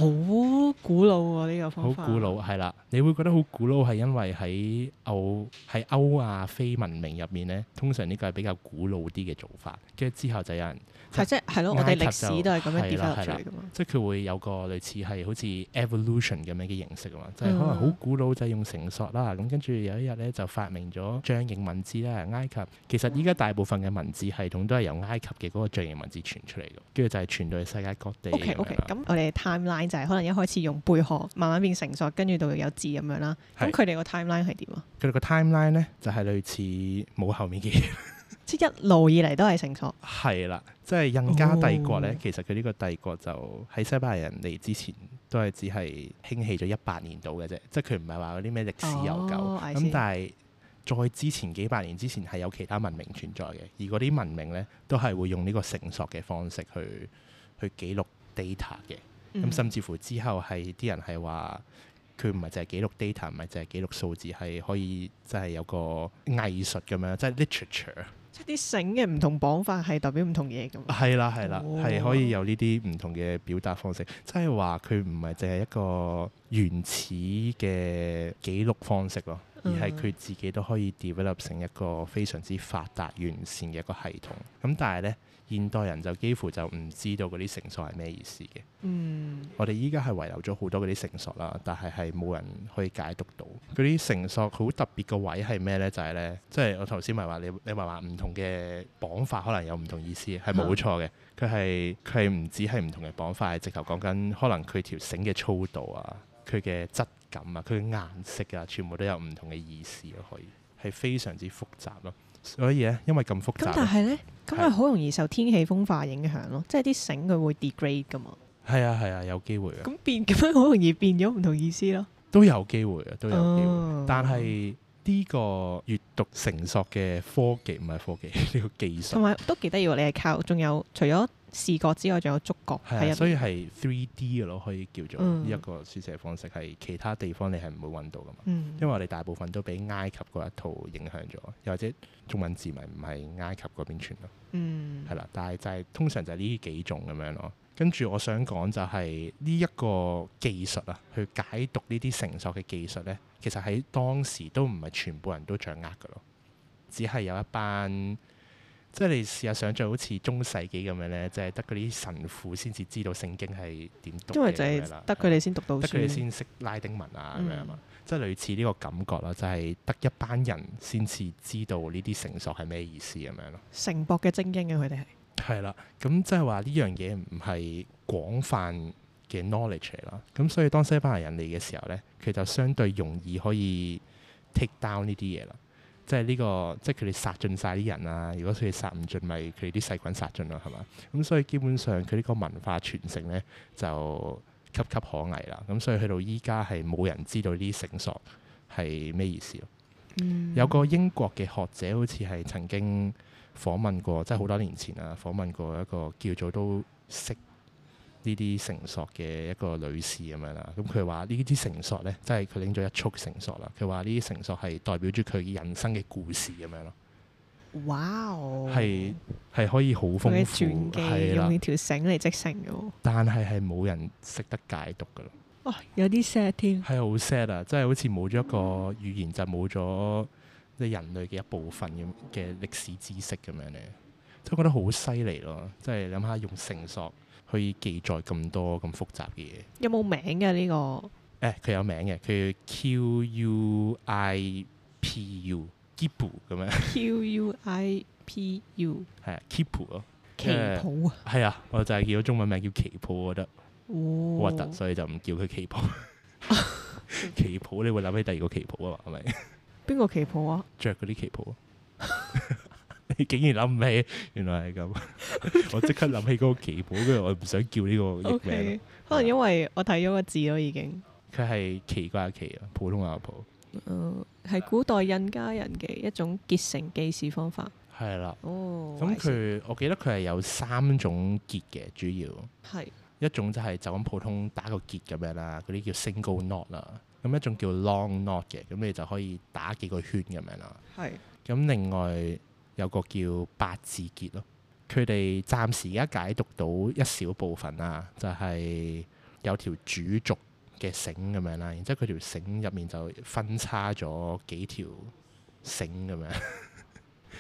A: 古老喎、呢、個方
B: 好
A: 法。
B: 古老係啦。你會覺得好古老係因為喺歐喺歐亞非文明入面咧，通常呢個係比較古老啲嘅做法，跟住之後就有人。
A: 係即係係咯，我
B: 埃
A: 哋
B: 及
A: 歷史
B: 就
A: 都係咁樣
B: 係啦
A: develop 出
B: 係
A: 嚟噶嘛。
B: 即係佢會有個類似係好似 evolution 咁樣嘅形式啊嘛，就係、可能
A: 嗯
B: 好古老就係用繩索啦，咁跟住有一日咧就發明咗象形文字啦。埃及其實依家大部分嘅文字系統都係由埃及嘅嗰個象形文字傳出嚟嘅，跟住就係傳到去世界各地
A: O K O
B: 咁
A: K，
B: 樣啦
A: 咁我哋嘅 timeline 就係可能一開始用貝殼，慢慢變成索，跟住到有字咁樣啦。咁
B: 係
A: 佢哋個 timeline 係點啊？
B: 佢哋個 timeline 咧就係類似冇後面嘅嘢，
A: 即即係一路以嚟都係繩索。
B: 係啦，即係印加帝國咧，
A: 哦
B: 其實佢呢個帝國就喺西班牙人嚟之前都係只係興起咗一百年度嘅啫，即係佢唔係話嗰啲咩歷史悠久。
A: 哦，I
B: 咁
A: see
B: 但係再之前幾百年之前係有其他文明存在嘅，而嗰啲文明咧都係會用呢個繩索嘅方式去去記錄 data 嘅。
A: 嗯
B: 咁、甚至乎之後係啲人係話佢唔係淨係記錄 data，唔係淨係記錄數字，係可以即係有個藝術咁樣，即係 literature。
C: 即係啲繩嘅唔同綁法係代表唔同嘢咁。
B: 係啦，係啦，
C: 哦
B: 係可以有呢啲唔同嘅表達方式，即係話佢唔係淨係一個原始嘅記錄方式咯，而
C: 嗯
B: 係佢自己都可以 develop 成一個非常之發達完善嘅一個系統。咁但係呢，現代人就幾乎就唔知道嗰啲繩索係咩意思嘅。
C: 嗯，
B: 我哋依家係遺留咗好多嗰啲繩索啦，但係係冇人可以解讀到嗰啲繩索好特別個位係咩呢？就係、呢，即係我頭先咪話你，你咪話唔同嘅綁法可能有唔同意思，係
C: 啊
B: 冇錯嘅。佢係佢係唔止係唔同嘅綁法，係直頭講緊可能佢條繩嘅粗度啊，佢嘅質感啊，佢嘅顏色啊，全部都有唔同嘅意思咯，可以係非常之複雜咯。所以呢，因為咁複
C: 咁
B: 雜
C: 但
B: 呢，
C: 係咧，咁
B: 係
C: 係好容易受天氣風化影響咯，即係啲繩佢會 degrade 噶嘛，
B: 係啊係啊，有機會啊，
C: 咁變咁樣好容易變咗唔同意思咯。
B: 都有機會啊，都有機會。
C: 哦
B: 但係呢個閱讀繩索嘅科技唔係科技， 呢個技
C: 同
B: 術
C: 埋都幾得意喎，你係靠仲有除咗視覺之外，仲有觸覺
B: 係
C: 係
B: 啊，
C: 啊，
B: 所以係 three D 嘅咯，可以叫做
C: 嗯
B: 呢一個書寫方式係其他地方你係唔會揾到噶嘛。
C: 嗯
B: 因為我哋大部分都俾埃及嗰一套影響咗，又或者中文字咪唔係埃及嗰邊傳咯，
C: 嗯
B: 係啦。但係就係、通常就係呢幾種咁樣咯。跟住我想講就係呢一個技術啊，去解讀呢啲繩索嘅技術呢，其實喺當時都唔係全部人都掌握嘅咯，只係有一班即係你試下想像好似中世紀咁樣呢，就係得嗰啲神父先至知道聖經係點讀嘅
C: 因為就
B: 咁樣啦
C: 係得佢哋先讀到
B: 得佢哋
C: 書，
B: 先識拉丁文啊咁
C: 嗯
B: 樣啊嘛，即係類似呢個感覺啦，就係得一班人先至知道呢啲繩索係咩意思咁樣咯。
C: 城博嘅精英啊，佢哋係
B: 係啦，咁即係話呢樣嘢唔係廣泛嘅 knowledge 嚟啦，咁所以當西班牙人嚟嘅時候呢，佢就相對容易可以 take down 呢啲嘢啦。即係呢、個，即係佢哋殺盡晒啲人啊！如果佢哋殺唔盡，咪佢哋啲細菌殺盡啦，係嘛？咁所以基本上佢呢個文化傳承呢，就岌岌可危啦。咁所以去到依家係冇人知道呢啲繩索係咩意思咯。有個英國嘅學者好似係曾經訪問過，即係好多年前啊，訪問過一個叫做都識呢啲繩索嘅一個女士咁樣啦。咁佢話呢啲繩索呢，即係佢拎咗一束繩索啦。佢話呢啲繩索係代表住佢人生嘅故事咁樣咯，
C: 哇哦，
B: 係係可以好豐
C: 佢嘅
B: 富，
C: 傳
B: 係
C: 記
B: 啦
C: 用。條繩嚟織繩嘅喎，
B: 但係係冇人識得解讀噶咯，
C: 哇有啲 sad 添，
B: 係好 sad 啊！即係好似冇咗一個語言就冇咗即係人類嘅一部分咁嘅歷史知識咁樣咧，即係覺得好犀利咯！即係諗下用繩索去記載咁多咁複雜嘅嘢。
C: 有冇名嘅呢個？
B: 誒，佢有名嘅，佢 Q U I P U Kipu 咁樣，
C: Q U I P U
B: 係啊 Kipu 咯，
C: 旗袍啊，
B: 係啊，我就係叫咗中文名叫旗袍，我覺得
A: 哦
B: 好
C: 哇
B: 核突，所以就唔叫佢旗袍。旗袍你會諗起第二個旗袍啊嘛，係咪？
C: 邊個旗袍啊？
B: 着嗰啲旗袍。 你竟然諗唔起，原來係咁。 我即刻諗起嗰個旗袍，跟住我唔想叫呢個譯
C: O
B: 名啊
C: K，可能因為我睇咗個字咯，已經。
B: 咯。佢係奇怪嘅奇啊，普通話嘅普。
C: 誒，哦係古代印加人嘅一種結成記事方法。
B: 係啦，
C: 哦，
B: 咁佢我記得佢係有三種結嘅，主要
C: 係
B: 一種就係就咁普通打個結咁樣啦，嗰啲叫 single knot 啦。咁一種叫 long knot 嘅，咁你就可以打幾個圈咁樣啦。
C: 係
B: 咁另外有個叫八字結咯，佢哋暫時而家解讀到一小部分啦，就係、有條主軸嘅繩咁樣啦，然之後佢條繩入面就分叉咗幾條繩咁樣，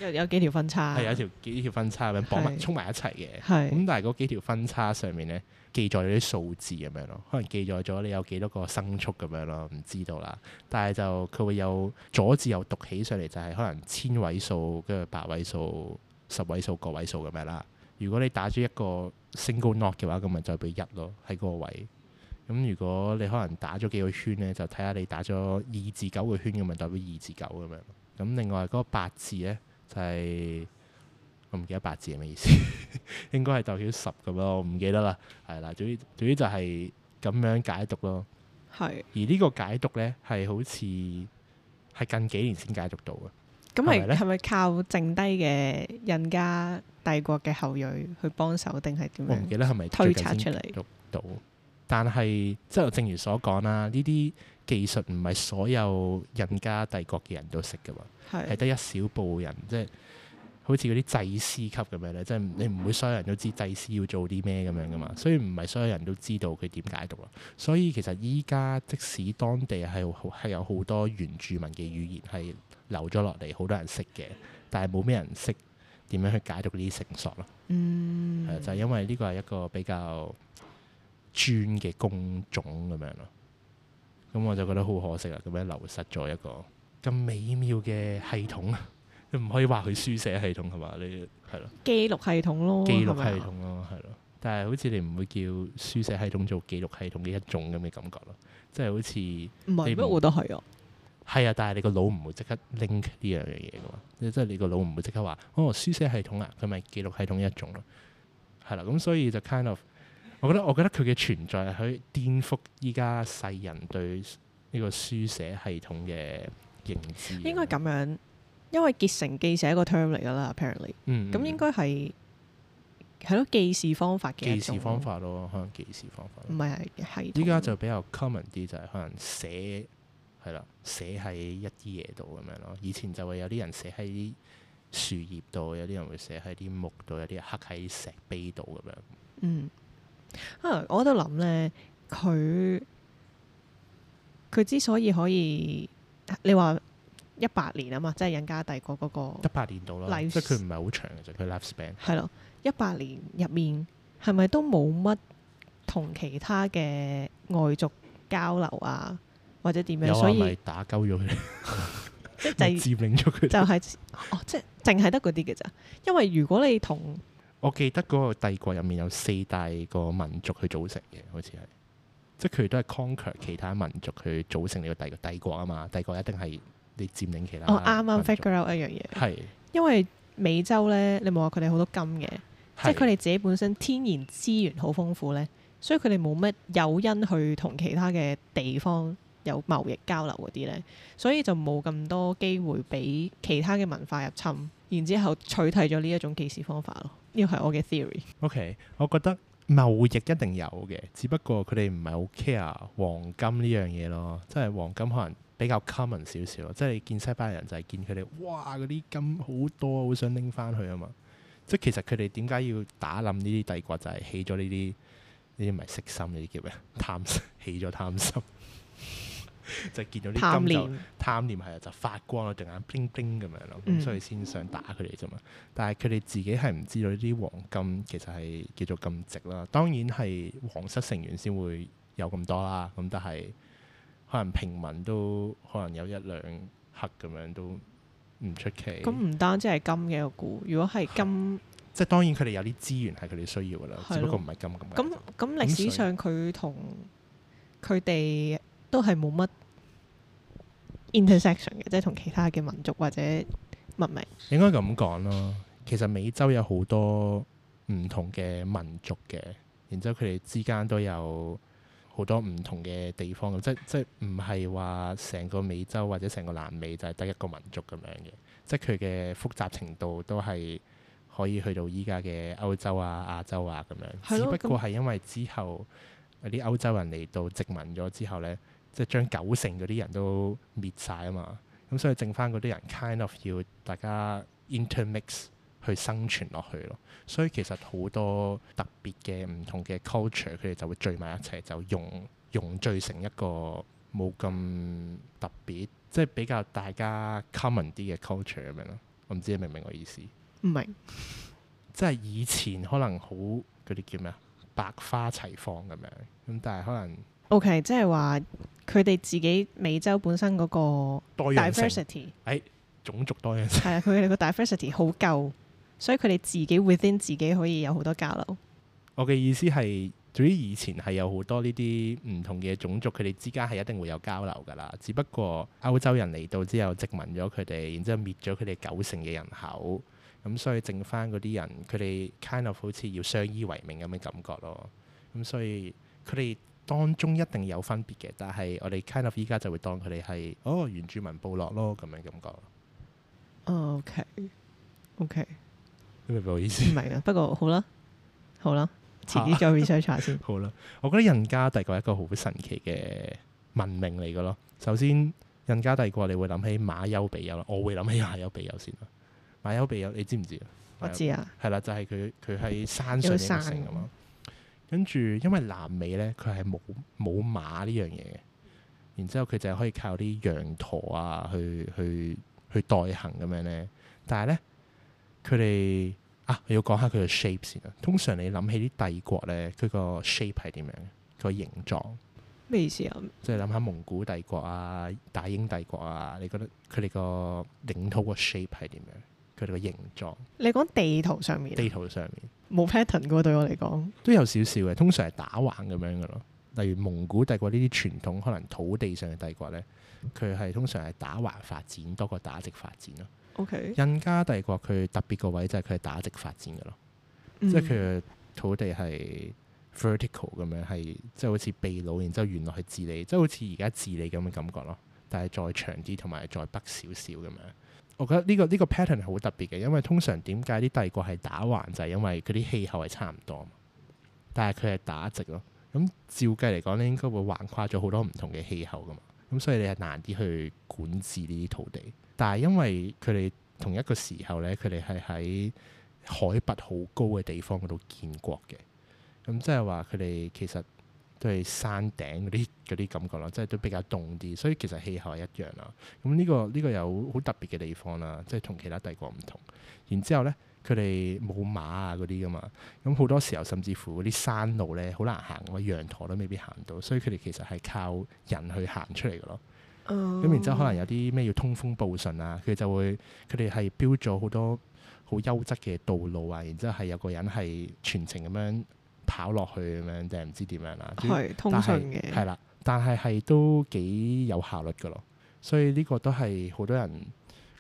C: 有有幾條分
A: 啊
C: 叉。
B: 係有條幾條分叉咁樣綁埋
C: 係
B: 衝埋一齊嘅。
C: 係
B: 咁但係嗰幾條分叉上面咧，記載咗啲數字咁樣咯，可能記載咗你有幾多個牲畜咁樣咯，唔知道啦。但係就佢會有左至右讀起上嚟，就係可能千位數、跟住百位數、十位數、個位數咁樣啦。如果你打咗一個 single knot 嘅話，咁咪就俾一咯喺嗰個位。咁如果你可能打咗幾個圈咧，就睇下你打咗二至九個圈咁咪代表二至九咁樣。咁另外嗰個八字咧就係、我唔記得八字係咩意思，應該係代表十咁咯，我唔記得啦，係啦，總之總之就係咁樣解讀咯。
A: 係
B: 而呢個解讀咧係好似係近幾年先解讀到
A: 咁
B: 嘅，係咪
A: 係
B: 呢
A: 係咪靠剩低嘅印加帝國嘅後裔去幫手，定係點
B: 我唔
A: 樣？
B: 記得係咪
A: 嗯推
B: 最
A: 測
B: 近
A: 出
B: 先
A: 嚟
B: 讀到。但係即係正如所講啦，呢啲技術唔係所有印加帝國嘅人都識㗎嘛。係
A: 係
B: 得一小部人，即係好似嗰啲祭司級咁樣咧，即係你唔會所有人都知祭司要做啲咩咁樣噶嘛，所以唔係所有人都知道佢點解讀啦。所以其實依家即使當地係好係有好多原住民嘅語言係留咗落嚟，好多人識嘅，但係冇咩人識點樣去解讀呢啲繩索咯。
A: 嗯
B: 係啊就係因為呢個係一個比較專嘅工種咁樣咯。咁我就覺得好可惜啦，咁樣流失咗一個咁美妙嘅系統啊！ 你唔可以話佢書寫系統係嘛？你係咯，
A: 記錄系統咯，
B: 記錄
A: 係咪啊
B: 系統咯，係咯。但係好似你唔會叫書寫系統做記錄系統嘅一種咁嘅感覺咯，即係好
A: 唔
B: 似。你
A: 係
B: 唔
A: 咩？我都係啊，
B: 係啊，但係你個腦唔會即刻 link 呢樣嘢噶嘛，即係你個腦唔會即刻話，哦，書寫系統啊，佢咪記錄系統一種咯，係啦，咁所以就 kind of，我覺得我覺得佢嘅存在係可以顛覆依家世人對呢個書寫系統嘅認知。啊
A: 應該，咁樣，因為結成記寫個 term 嚟㗎啦，apparently，
B: 嗯，
A: 咁應該係係咯記事方法嘅
B: 記
A: 一
B: 事
A: 種
B: 方，法咯，可能記事方法
A: 唔
B: 咯。
A: 係係
B: 依家
A: 統
B: 就比較 common 啲，就係可能寫係啦，寫喺一啲嘢度咁樣咯。以前就會有啲人寫喺啲樹葉度，有啲人會寫喺啲木度，有啲人刻喺石碑度咁樣。
A: 嗯，啊，我喺度諗咧，佢佢之所以可以，你話一百年啊嘛，即係印加帝國嗰、
B: 得
A: 個
B: 八年度啦，
A: Life-
B: 即係佢唔係好長嘅啫，佢 lifespan
A: 係咯，一百年入面係咪都冇乜同其他嘅外族交流啊，或者點樣？
B: 有
A: 所
B: 啊，咪
A: 以
B: 打鳩咗佢，
A: 即係就
B: 咪佔領咗佢。
A: 就係、哦，即係淨係得嗰啲嘅咋。因為如果你同
B: 我記得嗰個帝國入面有四大個民族去組成嘅，好似係，即係佢都係 conquer 其他民族去組成呢個帝國帝國啊嘛，帝國一定係你佔領其他民族。
A: 我哦啱啱 figure out 一樣嘢，
B: 係
A: 因為美洲咧，你冇話佢哋好多金嘅。即係佢哋自己本身天然資源好豐富咧，所以佢哋冇乜誘因去同其他嘅地方有貿易交流嗰啲咧，所以就冇咁多機會俾其他嘅文化入侵，然之後取替咗呢一種記事方法咯。呢個係我嘅 theory。
B: OK，我覺得貿易一定有嘅，只不過佢哋唔係好 care 黃金呢樣嘢咯，即係黃金可能比較 common 少少咯，即係你見西班牙人就係見佢哋哇嗰啲金好多，好想拎翻去啊嘛，即係其實佢哋點解要打冧呢啲帝國就係起咗呢啲呢啲唔係色心呢啲叫咩 貪心起咗貪心， 就見到啲
A: 貪
B: 金就
A: 念
B: 貪念係啊，就發光啦，突然間 bling bling 咁樣咯，咁、
A: 嗯
B: 所以先想打佢哋啫嘛。但係佢哋自己係唔知道呢啲黃金其實係叫做咁值啦。當然係皇室成員先會有咁多啦，咁但係可能平民都可能有一兩克咁樣都唔出奇。
A: 咁唔單止係金嘅，我估如果係金
B: 即係當然佢哋有啲資源係佢哋需要噶啦，
A: 係
B: 只不過
A: 咯
B: 唔係金咁解啫。
A: 咁咁歷史上佢同佢哋都係冇乜 intersection 嘅，即係同其他嘅民族或者文明。
B: 應該咁講咯。其實美洲有好多唔同嘅民族嘅，然之後佢哋之間都有好多唔同嘅地方咁，即即唔係話成個美洲或者成個南美就係得一個民族咁樣嘅，即佢嘅複雜程度都係可以去到依家嘅歐洲啊、亞洲啊咁樣。
A: 係咯
B: 只不過係因為之後有啲歐洲人嚟到殖民咗之後咧，即將九成嗰啲人都滅晒啊嘛。咁所以剩翻嗰啲人 kind of 要大家 intermix 去生存落去咯。所以其實好多特別嘅唔同嘅 culture，佢哋就會聚埋一齊，就融融聚成一個冇咁特別，即係比較大家 common 啲嘅 culture 咁樣咯。我唔知你明唔明我意思？
A: 唔明。
B: 即係以前可能好嗰啲叫咩啊，百花齊放咁樣，咁但係可能
A: O.K. 即係話佢哋自己美洲本身嗰個
B: 多樣性、
A: diversity
B: 種族多樣性。
A: 係啊，佢哋個 diversity 好夠，所以佢哋自己 within 自己可以有好多交流。
B: 我嘅意思係，總之以前係有好多呢啲唔同嘅種族，佢哋之間係一定會有交流㗎啦。只不過歐洲人嚟到之後殖民咗佢哋，然之後滅咗佢哋九成嘅人口，咁所以剩翻嗰啲人，佢哋 kind of 好似要相依為命咁嘅感覺咯。咁所以佢哋當中一定有分別嘅，但係我哋 kind of 依家就會當佢哋係哦原住民部落咯咁樣感覺。
A: OK OK，
B: 你明唔明我意
A: 唔
B: 思？
A: 哦明啊，不過好啦，好啦，遲 啲再 research 下先。
B: 好啦，我覺得印加帝國係一個好神奇嘅文明嚟嘅咯。首先，印加帝國你會諗起馬丘比丘啦，我會諗起馬丘比丘先啦。馬丘比丘你知唔知啊？
A: 我知啊，
B: 係啦，就係佢佢喺山上
A: 有個
B: 嘅
A: 山
B: 城啊嘛。跟住因為南美咧，佢係冇冇馬呢樣嘢嘅，然之後佢就係可以靠啲羊駝啊去去去代行咁樣咧。但係咧，佢哋啊，我要講下佢嘅 shape 先啊。通常你諗起啲帝國咧，佢個 shape 係點樣嘅？佢個形狀，
A: 咩意思啊？
B: 即係諗下蒙古帝國啊、大英帝國啊，你覺得佢哋個領土個 shape 係點樣？佢哋個形狀，
A: 你講地圖上面啊
B: 地圖上面。
A: 冇 pattern 嘅喎，對我嚟講，
B: 都有少少嘅，通常係打橫咁樣嘅咯。例如蒙古帝國呢啲傳統可能土地上嘅帝國呢，佢係通常係打橫發展多過打直發展咯。
A: OK，
B: 印加帝國佢特別個位就係佢係打直發展嘅咯，
A: 嗯
B: 即係佢嘅土地係 vertical 咁樣，係即係好似秘魯，然之後原來係智利，即係好似而家智利咁嘅感覺咯。但係再長啲，同埋再北少少咁樣。我覺得呢、個呢、個 pattern 係好特別嘅，因為通常點解啲帝國係打橫就係、因為佢啲氣候係差唔多嘛，但係佢係打直咯。咁照計嚟講咧，應該會橫跨咗好多唔同嘅氣候噶嘛。咁所以你係難啲去管治呢啲土地。但係因為佢哋同一個時候咧，佢哋係喺海拔好高嘅地方嗰度建國嘅。咁即係話佢哋其實都係山頂嗰啲 嗰啲感覺啦，即係都比較凍啲，所以其實氣候係一樣啦。咁呢、個呢、個有好特別嘅地方啦，即係同其他帝國唔同。然之後咧，佢哋冇馬啊嗰啲噶嘛，咁好多時候甚至乎嗰啲山路咧好難行㗎嘛，我羊駝都未必行到，所以佢哋其實係靠人去行出嚟嘅咯。
A: 咁
B: 咁然之後可能有啲咩要通風報信啊，佢就會佢哋係標咗好多好優質嘅道路啊，然之後係有個人係全程咁樣跑落去咁樣定係唔知點樣啦。
A: 係通
B: 但
A: 訊
B: 係
A: 嘅，
B: 係啦，但係係都幾有效率噶咯，所以呢個都係好多人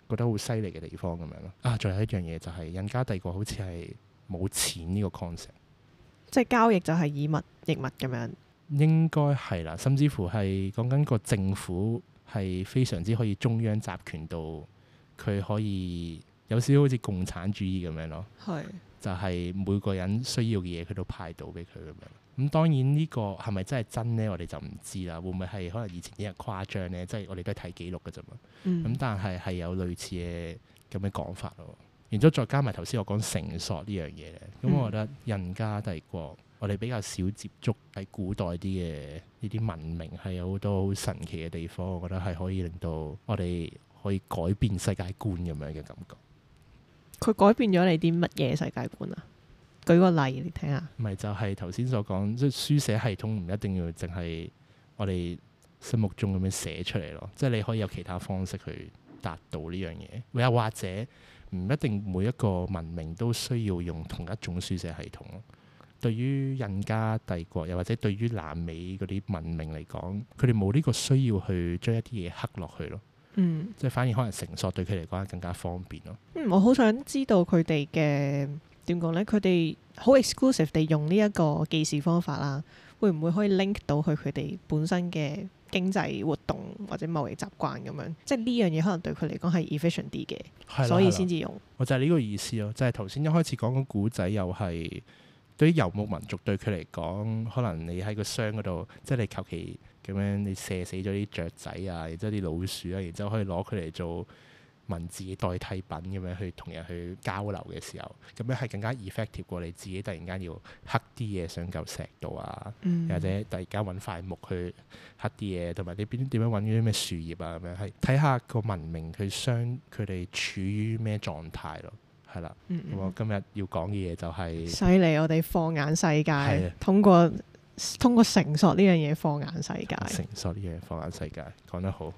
B: 覺得好犀利嘅地方咁樣咯。啊，仲有一樣嘢就係印加帝國好似係冇錢呢個 concept。
A: 即係交易就係以物易物咁樣。
B: 應該係啦，甚至乎係講緊個政府係非常之可以中央集權到，佢可以有少少好似共產主義咁樣咯，
A: 係
B: 就係、每個人需要嘅嘢佢都派到俾佢咁樣。咁當然呢個係咪真係真呢？我哋就唔知啦。會唔會係可能以前啲人誇張呢？即係我哋都係睇記錄嘅啫嘛。咁
A: 嗯
B: 但係係有類似嘅咁嘅講法咯。然之後再加埋頭先我講繩索呢樣嘢咧，咁、
A: 嗯
B: 我覺得印加帝國我哋比較少接觸喺古代啲嘅呢啲文明係有好多好神奇嘅地方，我覺得係可以令到我哋可以改變世界觀咁樣嘅感覺。
A: 佢改變咗你啲乜嘢世界觀啊？舉個例你聽下，
B: 咪就係頭先所講，即係書寫系統唔一定要淨係我哋心目中咁樣寫出嚟咯，即係你可以有其他方式去達到呢樣嘢，又或者唔一定每一個文明都需要用同一種書寫系統咯。對於印加帝國，又或者對於南美嗰啲文明嚟講，佢哋冇呢個需要去將一啲嘢刻落去咯，
A: 嗯
B: 即係反而可能繩索對佢嚟講係更加方便咯。
A: 嗯，我好想知道佢哋嘅點講呢？佢哋好 exclusive 地用呢一個記事方法啦，會唔會可以 link 到去佢哋本身嘅經濟活動或者貿易習慣咁樣？即係呢樣嘢可能對佢嚟講係 efficient 啲嘅，
B: 係啦
A: 所
B: 係
A: 以
B: 啦
A: 先至用。
B: 我就係呢個意思咯，就係頭先一開始講個古仔，又係對於遊牧民族對佢嚟講，可能你喺個箱嗰度，即係你求其咁樣你射死咗啲雀仔啊，然之後啲老鼠啊，然之後可以攞佢嚟做文字嘅代替品咁樣去同人去交流嘅時候，咁樣係更加 effective 過你自己突然間要刻啲嘢上嚿石度啊，
A: 嗯
B: 又或者突然間揾塊木去刻啲嘢，同埋你邊點樣揾嗰啲咩樹葉啊咁樣，係睇下個文明佢相佢哋處於咩狀態咯，係啦。
A: 嗯
B: 咁啊我今日要講嘅嘢就係、
A: 犀利！我哋放眼世
B: 係
A: 界
B: 啊，
A: 通過通過繩索呢樣嘢放眼世界。
B: 成熟啲嘢放眼世界，講得好。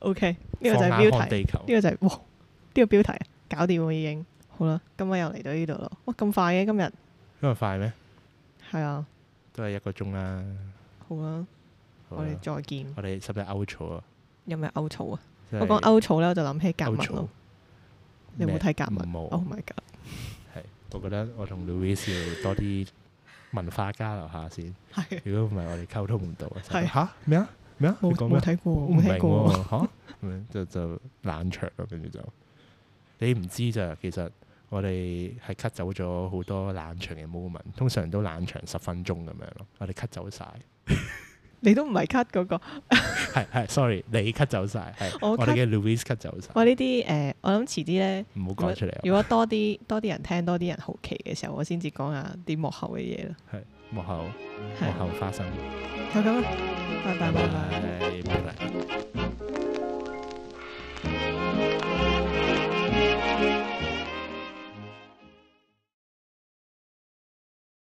A: O K，呢個就係
B: 放眼
A: 標
B: 看
A: 題，
B: 地球
A: 呢個就係哇，呢個標題搞掂喎已經。好啦，今日又嚟到呢度咯。哇，咁快嘅今日，
B: 今日快咩？
A: 係啊，
B: 都係一個鐘啦。
A: 好啦，
B: 好
A: 我
B: 啦
A: 哋再見。
B: 我哋使唔使 out 草啊？
A: 有咩歐草啊？
B: 即係
A: 我講歐草咧，我就諗起格物
B: out 草
A: 咯。你有冇
B: 咩
A: 睇夾文
B: 冇
A: ？Oh my god！
B: 係，我覺得我同 Louis 要多啲文化交流下先。
A: 係
B: 如果唔係，我哋溝通唔到啊。成日
A: 係
B: 都嚇咩啊咩啊？你
A: 冇
B: 講
A: 冇
B: 咩啊？
A: 睇過，
B: 我唔
A: 冇
B: 明
A: 聽
B: 喎
A: 過。
B: 嚇咁樣就就冷場咯，跟住就你唔知咋。其實我哋係 cut 走咗好多冷場嘅 moment，通常都冷場十分鐘咁樣咯。我哋 cut 走晒，
A: 你都唔係 cut 嗰個。
B: 係係，sorry，你 cut 走晒，係
A: 我
B: 我哋嘅 Louis cut 走晒，
A: 我呢啲誒，我諗遲啲咧，
B: 唔好講出嚟啊。
A: 如果多啲多啲人聽，多啲人好奇嘅時候，我先至講下啲幕後嘅嘢啦。
B: 係幕後幕
A: 係
B: 後花生，
A: 就咁啦，拜拜拜拜。
B: 拜拜。